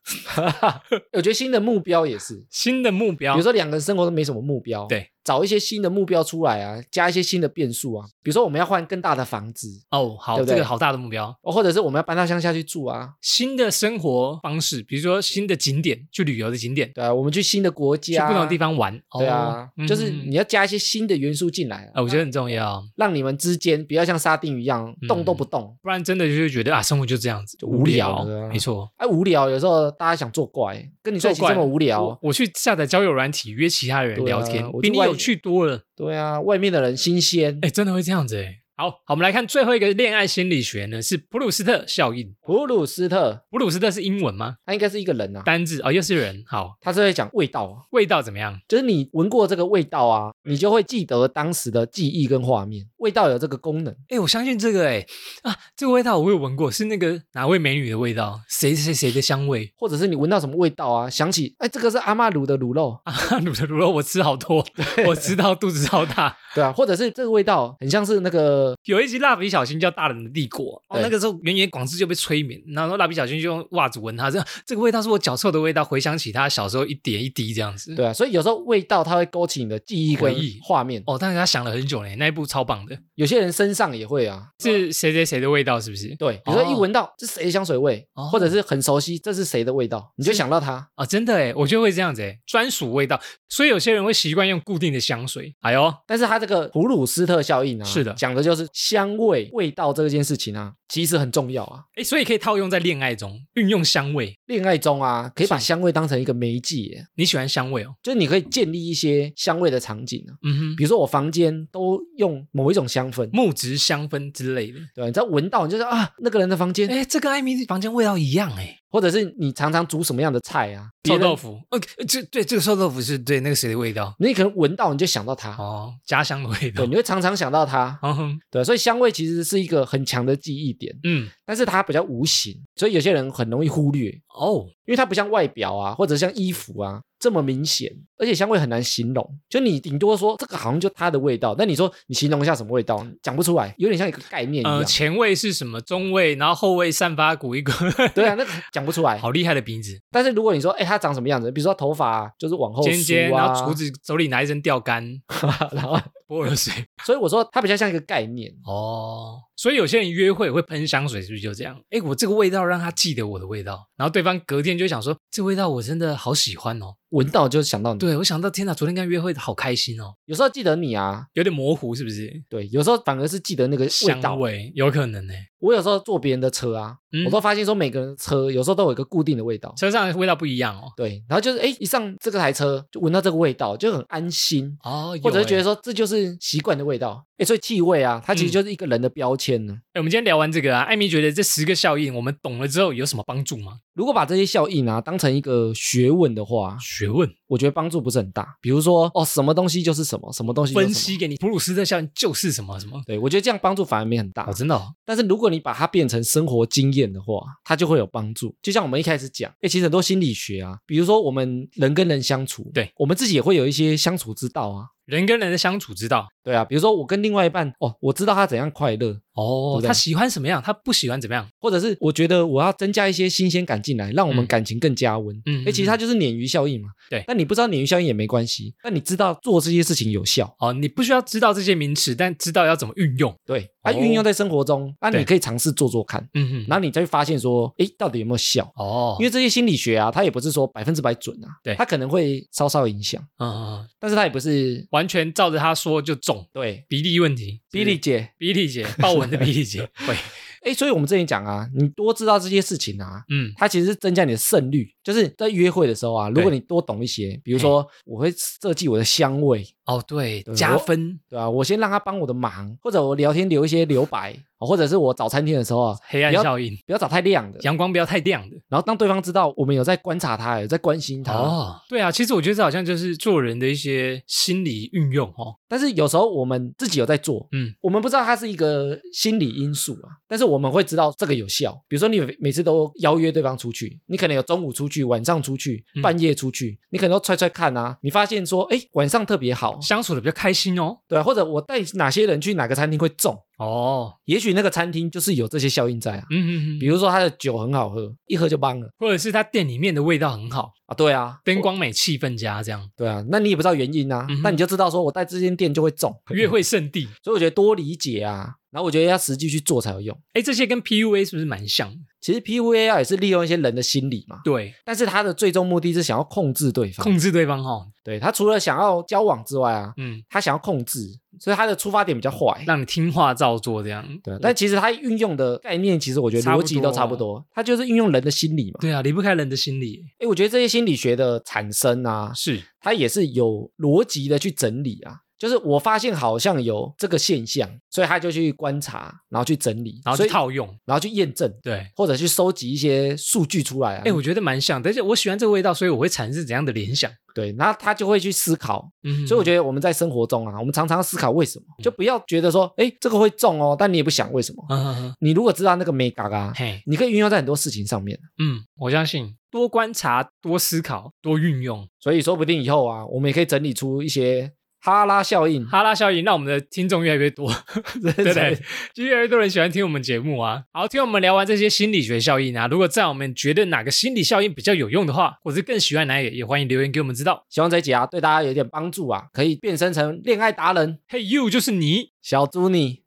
S2: 我觉得新的目标也是，
S1: 新的目标
S2: 比如。说两个人生活都没什么目标，
S1: 对，
S2: 找一些新的目标出来啊，加一些新的变数啊，比如说我们要换更大的房子，
S1: 哦，好，
S2: 对不对
S1: 这个好大的目标。
S2: 哦或者是我们要搬到乡下去住啊，
S1: 新的生活方式，比如说新的景点，去旅游的景点，
S2: 对啊，我们去新的国
S1: 去
S2: 家，
S1: 不同地。方玩。
S2: 对啊，
S1: 哦
S2: 就是
S1: 嗯
S2: 你要加一些新的元素进来、
S1: 啊，我觉得很嗯重要，
S2: 让你们之间不要像沙丁鱼一样动都不动。
S1: 不然真的就是觉得啊，生活就这样子，
S2: 就无聊的啊
S1: 没错。
S2: 哎、无聊，有时候大家想作怪，跟你在一起
S1: 作怪
S2: 这么无聊，
S1: 我我去下载交友软体，约其他人
S2: 对啊
S1: 聊天，
S2: 我去
S1: 比你
S2: 外
S1: 有趣多了。
S2: 对啊，外面的人新鲜。
S1: 哎，真的会这样子哎。好，好，我们来看最后一个恋爱心理学呢，是普鲁斯特效应。
S2: 普鲁斯特
S1: 普鲁斯特是英文吗？
S2: 他应该是一个人啊，
S1: 单字哦，又是人。好，
S2: 他是会讲味道啊，
S1: 味道怎么样？
S2: 就是你闻过这个味道啊，你就会记得当时的记忆跟画面。味道有这个功能，
S1: 哎、我相信这个哎、啊，这个味道我有闻过，是那个哪位美女的味道？谁谁谁的香味？
S2: 或者是你闻到什么味道啊，想起哎，这个是阿嬷卤的卤肉，
S1: 啊， *laughs* 卤的卤肉我吃好多，我吃到肚子超大。
S2: 对啊，或者是这个味道很像是那个
S1: 有一集《蜡笔小新》叫《大人的帝国》，哦，
S2: 对
S1: 那个时候圆圆广志就被催眠，然后蜡笔小新就用袜子闻他，这样这个味道是我脚臭的味道，回想起他小时候一点一滴这样子。
S2: 对啊，所以有时候味道它会勾起你的记忆跟
S1: 回忆
S2: 画面。
S1: 哦，但是他想了很久呢，那一部超棒的，
S2: 有些人身上也会啊，
S1: 是谁谁谁的味道是不是？
S2: 对，比如说一
S1: 哦
S2: 闻到这谁的香水味，
S1: 哦
S2: 或者是很熟悉，这是谁的味道，你就想到它。
S1: 啊、真的哎，我就会这样子哎，专属味道，所以有些人会习惯用固定的香水。哎呦，
S2: 但是它这个普鲁斯特效应啊，
S1: 是的
S2: 讲的就是香味、味道这件事情啊，其实很重要啊。
S1: 哎，所以可以套用在恋爱中，运用香味。
S2: 恋爱中啊，可以把
S1: 是
S2: 香味当成一个媒介，
S1: 你喜欢香味哦？
S2: 就是你可以建立一些香味的场景啊。
S1: 嗯哼，
S2: 比如说我房间都用某一种香氛，
S1: 木质香氛之类的。
S2: 对吧，你只要闻到，你就是啊那个人的房间，
S1: 哎，这跟艾米房间味道一样哎，
S2: 或者是你常常煮什么样的菜啊，别
S1: 臭
S2: 人
S1: 豆腐。呃，这对这个臭豆腐是对那个谁的味道？
S2: 你可能闻到你就想到它，
S1: 哦，家乡的味道
S2: 对，。你会常常想到它，
S1: 嗯哼，
S2: 对，所以香味其实是一个很强的记忆点，
S1: 嗯，
S2: 但是它比较无形，所以有些人很容易忽略，
S1: 哦，
S2: 因为它不像外表啊，或者像衣服啊这么明显，而且香味很难形容。就你顶多说这个好像就它的味道，但你说你形容一下什么味道，讲不出来，有点像一个概念一样。
S1: 呃，前味是什么？中味，然后后味散发股 *laughs* 一股，
S2: 对啊，那个讲不出来。
S1: 好厉害的鼻子，
S2: 但是如果你说，哎，它长什么样子？比如说头发、啊就是往后
S1: 尖尖，
S2: 梳啊，
S1: 然后厨子手里拿一根钓竿， *laughs*
S2: 然后，
S1: 泼热水。
S2: 所以我说它比较像一个概念。
S1: 哦，所以有些人约会会喷香水，是不是就这样？哎，我这个味道让他记得我的味道，然后对方隔天就会想说，这味道我真的好喜欢哦。
S2: 闻到就想到你，
S1: 对我想到，天哪，昨天跟他约会好开心哦，
S2: 有时候记得你啊，
S1: 有点模糊，是不是？
S2: 对，有时候反而是记得那个味道
S1: 香。味有可能呢、欸
S2: 我有时候坐别人的车啊，
S1: 嗯
S2: 我都发现说每个人的车有时候都有一个固定的味道。
S1: 车上的味道不一样哦。
S2: 对，然后就是哎，一上这个台车就闻到这个味道，就很安心，
S1: 哦，有
S2: 或者是
S1: 欸
S2: 觉得说这就是习惯的味道。哎，所以气味啊，它其
S1: 嗯
S2: 实就是一个人的标签呢、
S1: 哎、我们今天聊完这个啊，艾米觉得这十个效应，我们懂了之后有什么帮助吗？
S2: 如果把这些效应啊当成一个学问的话，
S1: 学问
S2: 我觉得帮助不是很大。比如说哦，什么东西就是什么，什么东西就是
S1: 分
S2: 什么。
S1: 析给你，普鲁斯特效应就是什么什么。
S2: 对，我觉得这样帮助反而没很大
S1: 哦，。真的、哦，
S2: 但是如果你把它变成生活经验的话，它就会有帮助。就像我们一开始讲，哎，其实很多心理学啊，比如说我们人跟人相处，
S1: 对
S2: 我们自己也会有一些相处之道啊。
S1: 人跟人的相处之道。
S2: 对啊，比如说我跟另外一半，哦，我知道他怎样快乐，
S1: 哦
S2: 对不对
S1: 他喜欢什么样，他不喜欢怎么样。
S2: 或者是我觉得我要增加一些新鲜感进来，让我们
S1: 嗯
S2: 感情更加温。
S1: 嗯
S2: 哎，其实它就是鲶鱼效应嘛。
S1: 对
S2: 但你不知道鲶鱼效应也没关系，但你知道做这些事情有效，
S1: 哦，你不需要知道这些名词，但知道要怎么运用。
S2: 对，它、
S1: 哦
S2: 运用在生活中，那、
S1: 对
S2: 你可以尝试做做看，
S1: 嗯哼，
S2: 然后你再发现说，哎，到底有没有效？
S1: 哦，
S2: 因
S1: 为
S2: 为这些心理学啊，它也不是说百分之百准啊，
S1: 对
S2: 它可能会稍稍影响，
S1: 嗯嗯，嗯
S2: 但是它也不是
S1: 完全照着他说就中，
S2: 对。
S1: 比例问题，
S2: 比利姐，
S1: 比例姐，豹纹的比例 *laughs* 姐，会，
S2: 哎，所以我们之前讲啊，你多知道这些事情啊，
S1: 嗯，
S2: 它其实是增加你的胜率。就是在约会的时候啊，如果你多懂一些，比如说我会设计我的香味，
S1: 哦，对，
S2: 对
S1: 加
S2: 我
S1: 分，
S2: 对吧、我先让他帮我的忙，或者我聊天留一些留白，哦或者是我找餐厅的时候啊，
S1: 黑暗
S2: 不要
S1: 效应，
S2: 不要找太亮的，
S1: 阳光不要太亮的。
S2: 然后当对方知道我们有在观察他，有在关心他，
S1: 哦，对啊，其实我觉得这好像就是做人的一些心理运用哦。
S2: 但是有时候我们自己有在做，
S1: 嗯，
S2: 我们不知道它是一个心理因素啊，但是我们会知道这个有效。比如说你每每次都邀约对方出去，你可能有中午出去、晚上出去
S1: 嗯、
S2: 半夜出去，你可能都踹踹看啊，你发现说，哎，晚上特别好，
S1: 相处的比较开心哦。
S2: 对啊、或者我带哪些人去哪个餐厅会中，
S1: 哦，
S2: 也许那个餐厅就是有这些效应在啊。
S1: 嗯嗯
S2: 比
S1: 嗯，
S2: 如说他的酒很好喝，一喝就帮了
S1: 或者是他店里面的味道很好，
S2: 啊，对啊，
S1: 灯光美，气氛佳，这样
S2: 对啊，那你也不知道原因啊，
S1: 嗯哼
S2: 那你就知道说我带这间店就会中
S1: 约，会圣地。
S2: 所以我觉得多理解啊，然后我觉得要实际去做才有用。
S1: 哎，这些跟 PUA 是不是蛮像的？
S2: 其实 PUA 啊也是利用一些人的心理嘛，
S1: 对，
S2: 但是他的最终目的是想要控制对方。
S1: 控制对方哦。
S2: 对他除了想要交往之外啊，
S1: 嗯，
S2: 他想要控制，所以他的出发点比较坏。
S1: 让你听话照做这样。
S2: 对，啊但其实他运用的概念，其实我觉得
S1: 差不
S2: 逻
S1: 多
S2: 辑都差不多，他就是运用人的心理嘛。
S1: 对啊，离不开人的心理。
S2: 哎，我觉得这些心理学的产生啊，
S1: 是，
S2: 它也是有逻辑的去整理啊。就是我发现好像有这个现象，所以他就去观察，然后去整理，
S1: 然后
S2: 所
S1: 去
S2: 以
S1: 套用。
S2: 然后去验证，
S1: 对，
S2: 或者去收集一些数据出来啊。
S1: 哎、我觉得蛮像的，而且我喜欢这个味道，所以我会产生怎样的联想？
S2: 对，然后他就会去思考。
S1: 嗯，
S2: 所以我觉得我们在生活中啊，我们常常思考为什么，就不要觉得说，哎，这个会中哦，但你也不想为什么。
S1: 得，嗯嗯嗯，
S2: 你如果知道那个 mega 啊，
S1: 嘿，
S2: 你可以运用在很多事情上面。
S1: 嗯，我相信多观察、多思考、多运用，
S2: 所以说不定以后啊，我们也可以整理出一些哈拉效应。
S1: 哈拉效应让我们的听众越来越 *laughs* 多，对不
S2: *laughs*
S1: 对？就越来越多人喜欢听我们节目啊。好，听我们聊完这些心理学效应啊，如果在我们觉得哪个心理效应比较有用的话，或是更喜欢哪一个，也欢迎留言给我们知道。
S2: 希望这一集啊对大家有点帮助啊，可以变身成恋爱达人
S1: 嘿、y o u 就是你，
S2: 小猪你。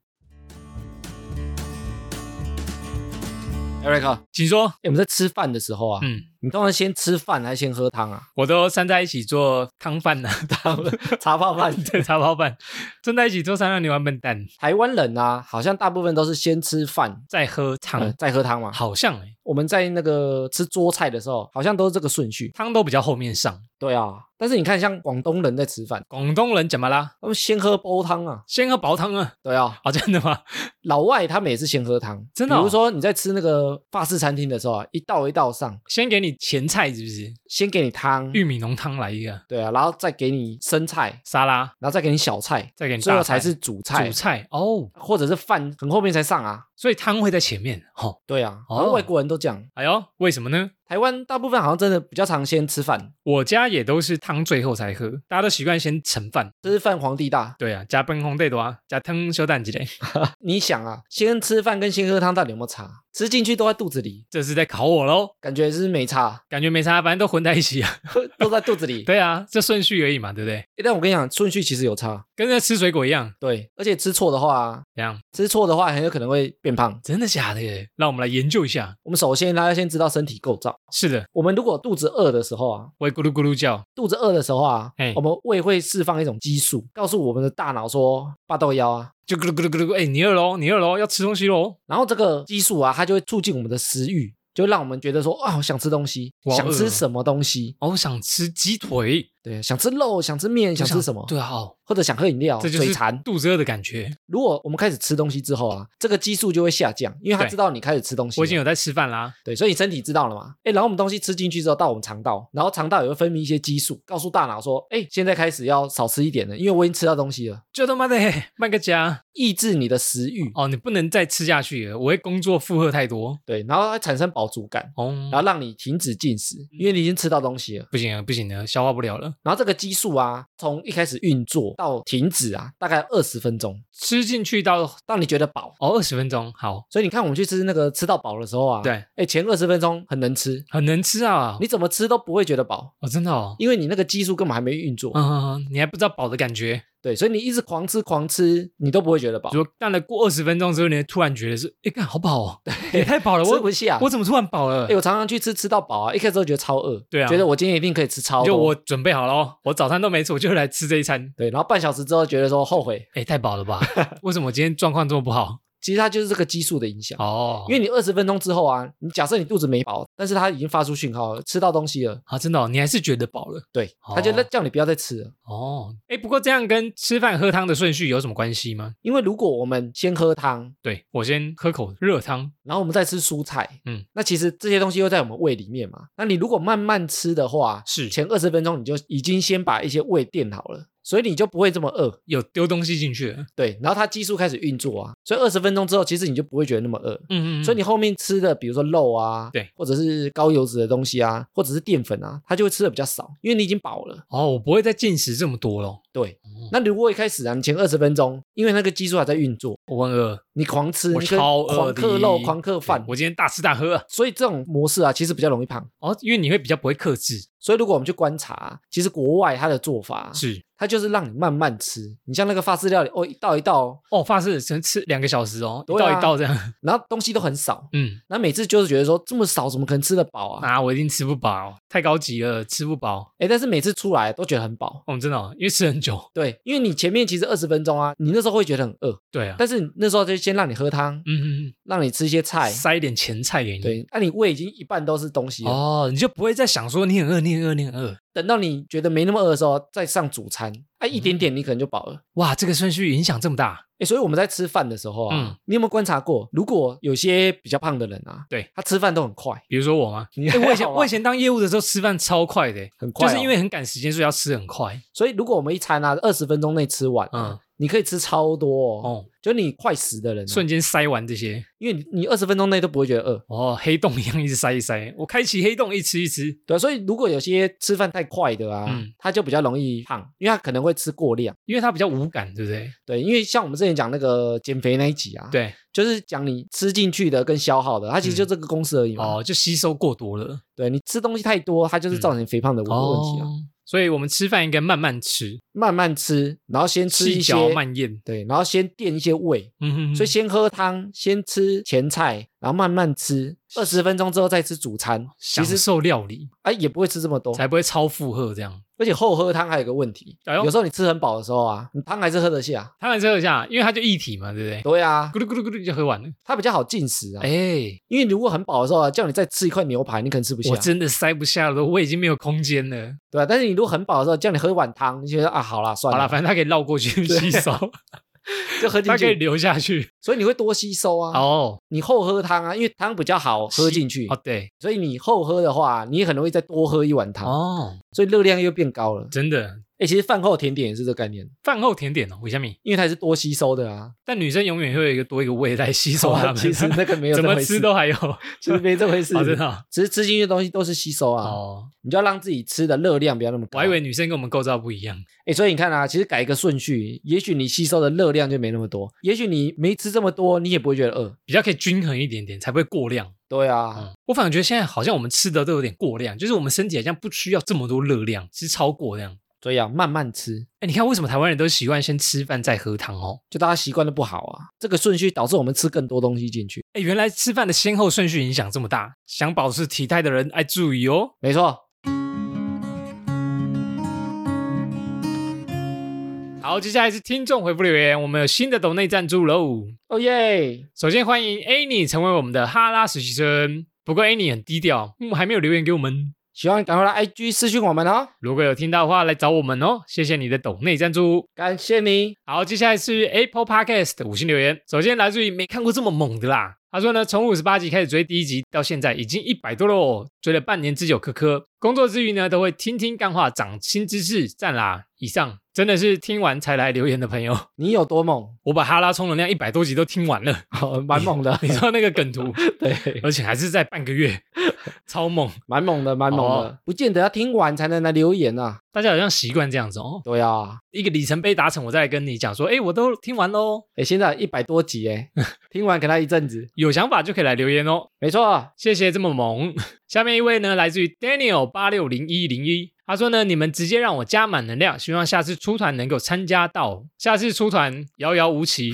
S2: Eric，啊、
S1: 请说。
S2: 诶我们在吃饭的时候啊，
S1: 嗯，
S2: 你通常先吃饭还是先喝汤 *laughs* 啊？
S1: 我都掺在一起做汤饭呢、 *laughs*
S2: 茶泡饭。
S1: 对，茶泡饭，掺在一起做三让牛丸笨蛋，
S2: *laughs* 台湾人啊，好像大部分都是先吃饭，
S1: 再喝汤，
S2: 呃，再喝汤嘛。
S1: 好像、欸、
S2: 我们在那个吃桌菜的时候，好像都是这个顺序。
S1: 汤都比较后面上。
S2: 对啊，但是你看，像广东人在吃饭，
S1: 广东人怎么啦？
S2: 他们先喝煲汤啊。
S1: 先喝煲汤啊！
S2: 对啊，
S1: 啊，真的吗？
S2: 老外他们也是先喝汤，
S1: 真的哦
S2: 比如说你在吃那个法式餐厅的时候啊，一道一道上，
S1: 先给你前菜是不是？
S2: 先给你汤，
S1: 玉米浓汤来一个，
S2: 对啊，然后再给你生菜，
S1: 沙拉，
S2: 然后再给你小菜，
S1: 再给你
S2: 最
S1: 大
S2: 后
S1: 菜
S2: 才是主菜，
S1: 主菜哦。
S2: 或者是饭很后面才上啊。
S1: 所以汤会在前面哦。
S2: 对啊，
S1: 哦
S2: 然后外国人都这样，
S1: 哎呦，为什么呢？
S2: 台湾大部分好像真的比较常先吃饭，
S1: 我家也都是汤最后才喝，大家都习惯先盛饭。
S2: 这是饭皇帝大。
S1: 对啊，加崩红对多啊，加汤修蛋鸡嘞，
S2: 你想啊，先吃饭跟先喝汤到底有没有差？吃进去都在肚子里，
S1: 这是在考我喽。
S2: 感觉是没差， *laughs*
S1: 感觉没啥，反正都混在一起啊。
S2: 都在肚子
S1: *laughs*
S2: 里。
S1: 对啊，这顺序而已嘛，对不对？
S2: 诶但我跟你讲，顺序其实有差。
S1: 跟那吃水果一样，
S2: 对，而且吃错的话，啊
S1: 怎样？
S2: 吃错的话很有可能会变胖。
S1: 真的假的耶？让我们来研究一下。
S2: 我们首先呢要先知道身体构造。
S1: 是的，
S2: 我们如果肚子饿的时候啊，
S1: 我会咕噜咕噜叫。
S2: 肚子饿的时候啊
S1: 嘿，
S2: 我们胃会释放一种激素，告诉我们的大脑说“霸豆腰啊
S1: 就咕噜咕噜咕噜咕噜，哎、你饿喽，你饿喽，要吃东西喽。”，
S2: 然后这个激素啊，它就会促进我们的食欲，就让我们觉得说啊，我想吃东西，
S1: 我好饿
S2: 想吃什么东西，
S1: 哦，我想吃鸡腿，
S2: 对，想吃肉，想吃面，想吃什么，
S1: 对啊，哦
S2: 或者想喝饮料、
S1: 这就是
S2: 嘴馋。啊
S1: 肚子饿的感觉。
S2: 如果我们开始吃东西之后啊，这个激素就会下降，因为它
S1: 对
S2: 知道你开始吃东西了，
S1: 我已经有在吃饭啦。
S2: 对，所以你身体知道了嘛？哎，然后我们东西吃进去之后，到我们肠道，然后肠道也会分泌一些激素，告诉大脑说，哎，现在开始要少吃一点了，因为我已经吃到东西了，
S1: 就他妈的慢个家
S2: 抑制你的食欲，
S1: 哦，你不能再吃下去了，我会工作负荷太多
S2: 对，然后它产生饱足感，然
S1: 哦，
S2: 后让你停止进
S1: 嗯
S2: 食，因为你已经吃到东西了。
S1: 不行了，不行了，消化不了了。
S2: 然后这个激素啊，从一开始运作到停止啊，大概二十分钟，
S1: 吃进去到
S2: 到你觉得饱。
S1: 哦二十分钟，好，
S2: 所以你看，我们去吃那个吃到饱的时候啊，，
S1: 对，
S2: 哎，前二十分钟很能吃，
S1: 很能吃啊，
S2: 你怎么吃都不会觉得饱，
S1: 哦真的哦，
S2: 因为你那个激素根本还没运作。
S1: 嗯嗯，嗯你还不知道饱的感觉，
S2: 对，所以你一直狂吃狂吃，你都不会觉得饱，
S1: 如果干了过二十分钟之后，你突然觉得是，哎，干好饱哦，也太饱了，
S2: 吃
S1: 我
S2: 不下。
S1: 我怎么突然饱了
S2: 哎、？我常常去吃吃到饱啊，一开始都觉得超饿，
S1: 对啊
S2: 觉得我今天一定可以吃超
S1: 就
S2: 多，
S1: 我准备好了哦，我早餐都没吃，我就来吃这一餐。
S2: 对，然后半小时之后觉得说后悔，
S1: 哎，太饱了吧？ *laughs* 为什么我今天状况这么不好？
S2: 其实它就是这个激素的影响。
S1: 哦，
S2: 因为你二十分钟之后啊，你假设你肚子没饱，但是它已经发出讯号了，吃到东西了，
S1: 啊，真的、哦，你还是觉得饱了
S2: 对，
S1: 哦
S2: 它就在叫你不要再吃了。
S1: 哦。哎，不过这样跟吃饭喝汤的顺序有什么关系吗？
S2: 因为如果我们先喝汤，
S1: 对我先喝口热汤，
S2: 然后我们再吃蔬菜，
S1: 嗯，
S2: 那其实这些东西又在我们胃里面嘛。那你如果慢慢吃的话，
S1: 是
S2: 前二十分钟你就已经先把一些胃垫好了，所以你就不会这么饿，
S1: 有丢东西进去了。
S2: 对。然后它激素开始运作啊，所以二十分钟之后，其实你就不会觉得那么饿。
S1: 嗯嗯
S2: 所以你后面吃的，比如说肉啊，
S1: 对，
S2: 或者是高油脂的东西啊，或者是淀粉啊，它就会吃的比较少，因为你已经饱了。
S1: 哦，我不会再进食这么多咯。
S2: 对，
S1: 哦
S2: 那如果一开始啊，你前二十分钟，因为那个激素还在运作，
S1: 我很饿，
S2: 你狂吃，
S1: 我
S2: 你可以
S1: 超饿
S2: 狂
S1: 的，
S2: 嗑肉、狂嗑
S1: 对
S2: 饭，
S1: 我今天大吃大喝啊。
S2: 所以这种模式啊，其实比较容易胖。
S1: 哦，因为你会比较不会克制，
S2: 所以如果我们去观察啊，其实国外它的做法啊，
S1: 是
S2: 它就是让你慢慢吃。你像那个法式料理，哦，一道一道，
S1: 哦，发誓只能吃两个小时哦，一
S2: 对啊
S1: 道一道这样。 *laughs*
S2: 然后东西都很少，
S1: 嗯，
S2: 那每次就是觉得说这么少，怎么可能吃得饱啊？
S1: 啊，我一定吃不饱，太高级了，吃不饱。
S2: 哎，但是每次出来都觉得很饱。
S1: 哦，真的、哦，因为吃很久。
S2: 对，因为你前面其实二十分钟啊，你那时候会觉得很饿，
S1: 对啊，
S2: 但是那时候就先让你喝汤，
S1: 嗯嗯
S2: 让你吃一些
S1: 嗯，
S2: 菜，
S1: 塞一点前菜给你。
S2: 对，那、你胃已经一半都是东西了，
S1: 哦哦，你就不会再想说你很饿，你很饿，你很饿。
S2: 等到你觉得没那么饿的时候，再上主餐，哎、一点
S1: 嗯
S2: 点你可能就饱了。
S1: 哇，这个顺序影响这么大，
S2: 哎，所以我们在吃饭的时候啊，
S1: 嗯
S2: 你有没有观察过，如果有些比较胖的人啊，
S1: 对
S2: 他吃饭都很
S1: *laughs*
S2: 快，
S1: 比如说我吗？
S2: 你
S1: 哎我以
S2: 还好
S1: 前
S2: 吗
S1: 我以前当业务的时候吃饭超快的、
S2: 很快
S1: 就
S2: 哦、
S1: 是因为很赶时间，所以要吃很快。
S2: 所以如果我们一餐啊，二十分钟内吃完、
S1: 嗯
S2: 啊，你可以吃超多哦，
S1: 哦，
S2: 就你快死的人、啊
S1: 瞬，间塞完这些，
S2: 因为你你二十分钟内都不会觉得饿，
S1: 哦，黑洞一样一直塞一直塞。我开启黑洞一吃一吃，
S2: 对啊、所以如果有些吃饭太快的啊，
S1: 嗯
S2: 他就比较容易胖，因为他可能会吃过量。
S1: 因为它比较无感，对不对？
S2: 对，因为像我们之前讲那个减肥那一集啊，，
S1: 对，嗯
S2: 就是讲你吃进去的跟消耗的，它其实就这个公式而已嘛。
S1: 哦，就吸收过多了。
S2: 对你吃东西太多，它就是造成肥胖的问题啊。
S1: 哦，所以我们吃饭应该慢慢吃，
S2: 慢慢吃，然后先吃一
S1: 细
S2: 些
S1: 嚼，慢咽。
S2: 对，然后先垫一些胃，
S1: 嗯哼哼，
S2: 所以先喝汤，先吃前菜，然后慢慢吃，二十分钟之后再吃主餐。
S1: 享
S2: 其实
S1: 受料理
S2: 哎也不会吃这么多，
S1: 哦才不会超负荷这样。
S2: 而且后喝汤还有个问题，
S1: 哎呦
S2: 有时候你吃很饱的时候啊，你汤还是喝得下。
S1: 他们这一下，因为它就一体嘛，对不对？
S2: 对啊，
S1: 咕噜咕噜咕噜就喝完了。
S2: 它比较好进食啊，
S1: 哎，
S2: 因为如果很饱的时候啊，叫你再吃一块牛排，你可能吃不下
S1: 我。真的塞不下了，我已经没有空间了。
S2: 对啊，但是你如果很饱的时候，叫你喝一碗汤，你觉得啊，好啦，算
S1: 好
S2: 了，
S1: 了，反正它可以绕过去 *laughs*
S2: 对
S1: 吸收，
S2: 就喝 *laughs* 进
S1: 它可以
S2: 去，
S1: 流下去。
S2: 所以你会多吸收啊。
S1: 哦，
S2: 你后喝汤啊，因为汤比较好喝进去
S1: 哦，，对，
S2: 所以你后喝的话，你也很容易再多喝一碗汤，
S1: 哦，
S2: 所以热量又变高了。
S1: 真的。
S2: 哎、其实饭后甜点也是这个概念，
S1: 饭后甜点哦，为什么？
S2: 因为它也是多吸收的
S1: *laughs*
S2: 啊。
S1: 但女生永远会有一个多一个胃来吸收它们，
S2: *laughs* 哦
S1: *laughs*
S2: 其实那个没
S1: 啊
S2: 有
S1: 怎
S2: 这
S1: 么
S2: 回
S1: 吃
S2: 事，
S1: 都还有。
S2: 其实没这
S1: *laughs*
S2: 回事，
S1: 哦，真的哦
S2: 只是吃进去的东西都是吸收啊，
S1: 哦，
S2: 你就要让自己吃的热量不要那么高。
S1: 我还以为女生跟我们构造不一样。
S2: 哎，所以你看啊，其实改一个顺序，也许你吸收的热量就没那么多，也许你没吃这么多，你也不会觉得饿。
S1: 比较可以均衡一点点，才不会过量。
S2: 对啊，
S1: 嗯，我反而觉得现在好像我们吃的都有点过量，就是我们身体好像不需要这么多热量，吃超过量。
S2: 所以啊，慢慢吃，
S1: 哎，你看为什么台湾人都习惯先吃饭再喝汤哦？
S2: 就大家习惯的不好啊，这个顺序导致我们吃更多东西进去。
S1: 哎，原来吃饭的先后顺序影响这么大，想保持体态的人哎注意哦。
S2: 没错，
S1: 好，接下来是听众回复留言，我们有新的抖内赞助喽。
S2: 哦耶，
S1: 首先欢迎 Annie 成为我们的哈拉实习生，不过 Annie 很低调，嗯，还没有留言给我们。
S2: 喜欢赶快来 IG 私讯我们哦，
S1: 如果有听到的话，来找我们哦，谢谢你的抖内赞助。
S2: 感谢你。
S1: 好，接下来是 Apple Podcast 的五星留言。首先来自于没看过这么猛的啦。他说呢，从五十八集开始追第一集到现在已经一百多喽，追了半年之久。科科工作之余呢，都会听听干话，长新知识，赞啦！以上真的是听完才来留言的朋友， *laughs*
S2: 你有多猛？
S1: 我把哈拉充能量一百多集都听完了。 *laughs*，
S2: 好，蛮猛的
S1: 你知道那个梗图，
S2: 对，
S1: 而且还是在半个月，超猛！
S2: 蛮猛的，蛮猛的，
S1: 哦
S2: 不见得要听完才能来留言啊。
S1: 大家好像习惯这样子哦，
S2: 对啊，
S1: 一个里程碑达成，我再来跟你讲说，哎，我都听完喽，
S2: 哎，现在一百多集哎，
S1: *laughs*
S2: 听完给他一阵子，
S1: 有想法就可以来留言哦。
S2: 没错，
S1: 谢谢这么萌。下面一位呢，来自于 Daniel 八六零一零一，他说呢，你们直接让我加满能量，希望下次出团能够参加到。下次出团遥遥无期，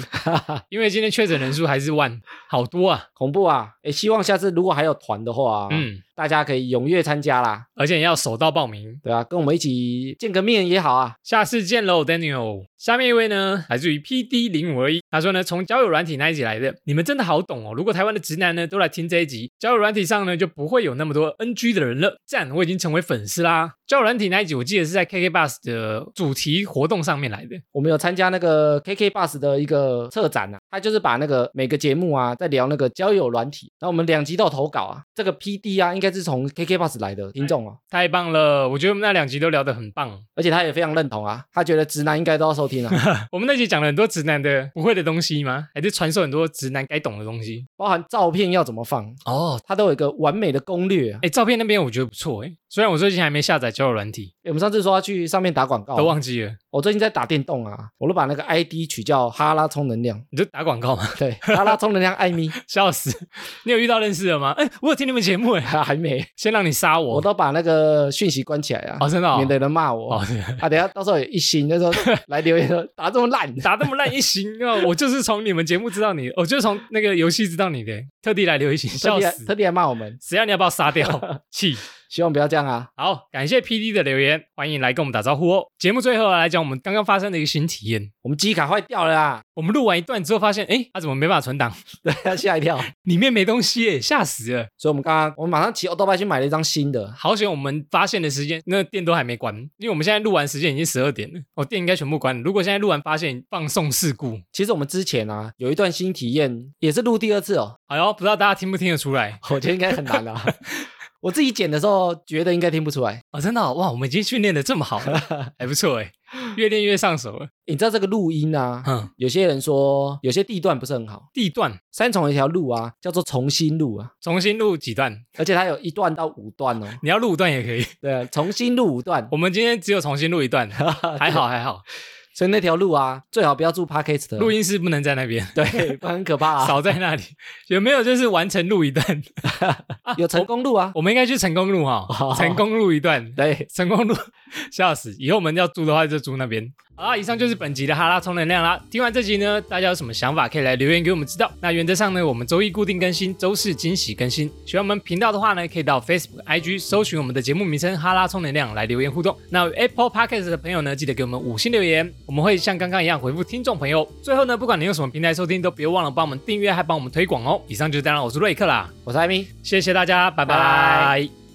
S1: 因为今天确诊人数还是万，好多啊。
S2: 恐怖啊！哎，希望下次如果还有团的话、啊，嗯，
S1: 嗯，
S2: 大家可以踊跃参加啦，
S1: 而且要手到报名。
S2: 对啊，跟我们一起见个面也好啊。
S1: 下次见喽，Daniel。下面一位呢，来自于 P D 零五二一，他说呢，从交友软体那一集来的，你们真的好懂哦。如果台湾的直男呢都来听这一集，交友软体上呢就不会有那么多 NG 的人了。赞，我已经成为粉丝啦。交友软体那一集，我记得是在 KK Bus 的主题活动上面来的。
S2: 我们有参加那个 KK Bus 的一个策展啊，他就是把那个每个节目啊，在聊那个交友软体，然后我们两集都有投稿啊。这个 PD 啊，应该是从 KK Bus 来的听众哦、
S1: 太棒了，我觉得我们那两集都聊得很棒。
S2: 而且他也非常认同啊，他觉得直男应该都要收听啊，
S1: 我们那集讲了很多直男的不会的东西吗？还是传授很多直男该懂的东西？
S2: 包含照片要怎么放，
S1: 哦，
S2: 他都有一个完美的攻略啊。
S1: 哎，照片那边我觉得不错哎，虽然我最近还没下载交友软体，
S2: 诶我们上次说要去上面打广告啊，
S1: 都忘记了，
S2: 我最近在打电动啊，我都把那个 ID 取叫哈拉充能量，
S1: 你就打广告嘛。
S2: 对，哈拉充能量艾米 *laughs*
S1: 笑死！你有遇到认识的吗？哎、我有听你们节目哎，
S2: 还没，
S1: 先让你杀我。
S2: 我都把那个讯息关起来啊，
S1: 哦，真的、哦，
S2: 免得有人骂我。
S1: 哦，对
S2: 啊，等一下到时候有一
S1: *laughs*
S2: 星就说来留言说打这么烂，
S1: 打这么烂一星啊！我就是从你们节目知道你，我就是从那个游戏知道你的，特地来留一星，*laughs*
S2: 特
S1: 笑
S2: 地来
S1: 死！
S2: 特地来骂我们。 *laughs*
S1: 谁让你要把我杀掉？气！
S2: 希望不要这样啊。
S1: 好，感谢 P D 的留言，欢迎来跟我们打招呼哦。节目最后来讲我们刚刚发生的一个新体验。
S2: 我们机卡坏掉了啊啦，
S1: 我们录完一段之后发现，哎，它、怎么没办法存档？
S2: 对， *laughs* 吓一跳。
S1: 里面没东西耶，吓死了！
S2: 所以我们刚刚我们马上骑欧豆拜去买了一张新的，
S1: 好险我们发现的时间，那店都还没关，因为我们现在录完时间已经十二点了，哦，店应该全部关了。如果现在录完发现放送事故，
S2: 其实我们之前啊有一段新体验，也是录第二次哦， *laughs*
S1: 哎呦，不知道大家听不听得出来
S2: 我觉得应该很难啊。我自己剪的时候觉得应该听不出来。
S1: 哦？真的哦、哇，我们已经训练的这么好了，还不错哎，越练越上手了。
S2: 你知道这个录音
S1: *laughs*
S2: 啊，
S1: 嗯，
S2: 有些人说有些地段不是很好，
S1: 地段
S2: 三重有一条路啊叫做重新路啊，
S1: 重新录几段，
S2: 而且它有一段到五段哦。
S1: 你要录五段也可以。
S2: 对啊，重新路
S1: *laughs*
S2: 五段，
S1: 我们今天只有重新录一段，还好还好，
S2: 所以那条路啊最好不要住 Parkist
S1: 录音室不能在那边。
S2: 对，不然很可怕啊。
S1: 少在那里，有没有就是完成录一段？
S2: 有成功路啊，
S1: 我们应该去成功路哈、
S2: 好
S1: 成功录一段，
S2: 对，
S1: 成功路， *laughs* 笑死！以后我们要租的话就租那边。好啦，以上就是本集的哈拉充能量啦。听完这集呢，大家有什么想法可以来留言给我们知道。那原则上呢，我们周一固定更新，周四惊喜更新。喜欢我们频道的话呢，可以到 Facebook、IG 搜寻我们的节目名称“哈拉充能量”来留言互动。那 Apple Podcast 的朋友呢，记得给我们五星留言，我们会像刚刚一样回复听众朋友。最后呢，不管你用什么平台收听，都别忘了帮我们订阅，还帮我们推广哦。以上就是这样啦，我是瑞克啦，
S2: 我是艾米。
S1: 谢谢大家，拜拜。
S2: 拜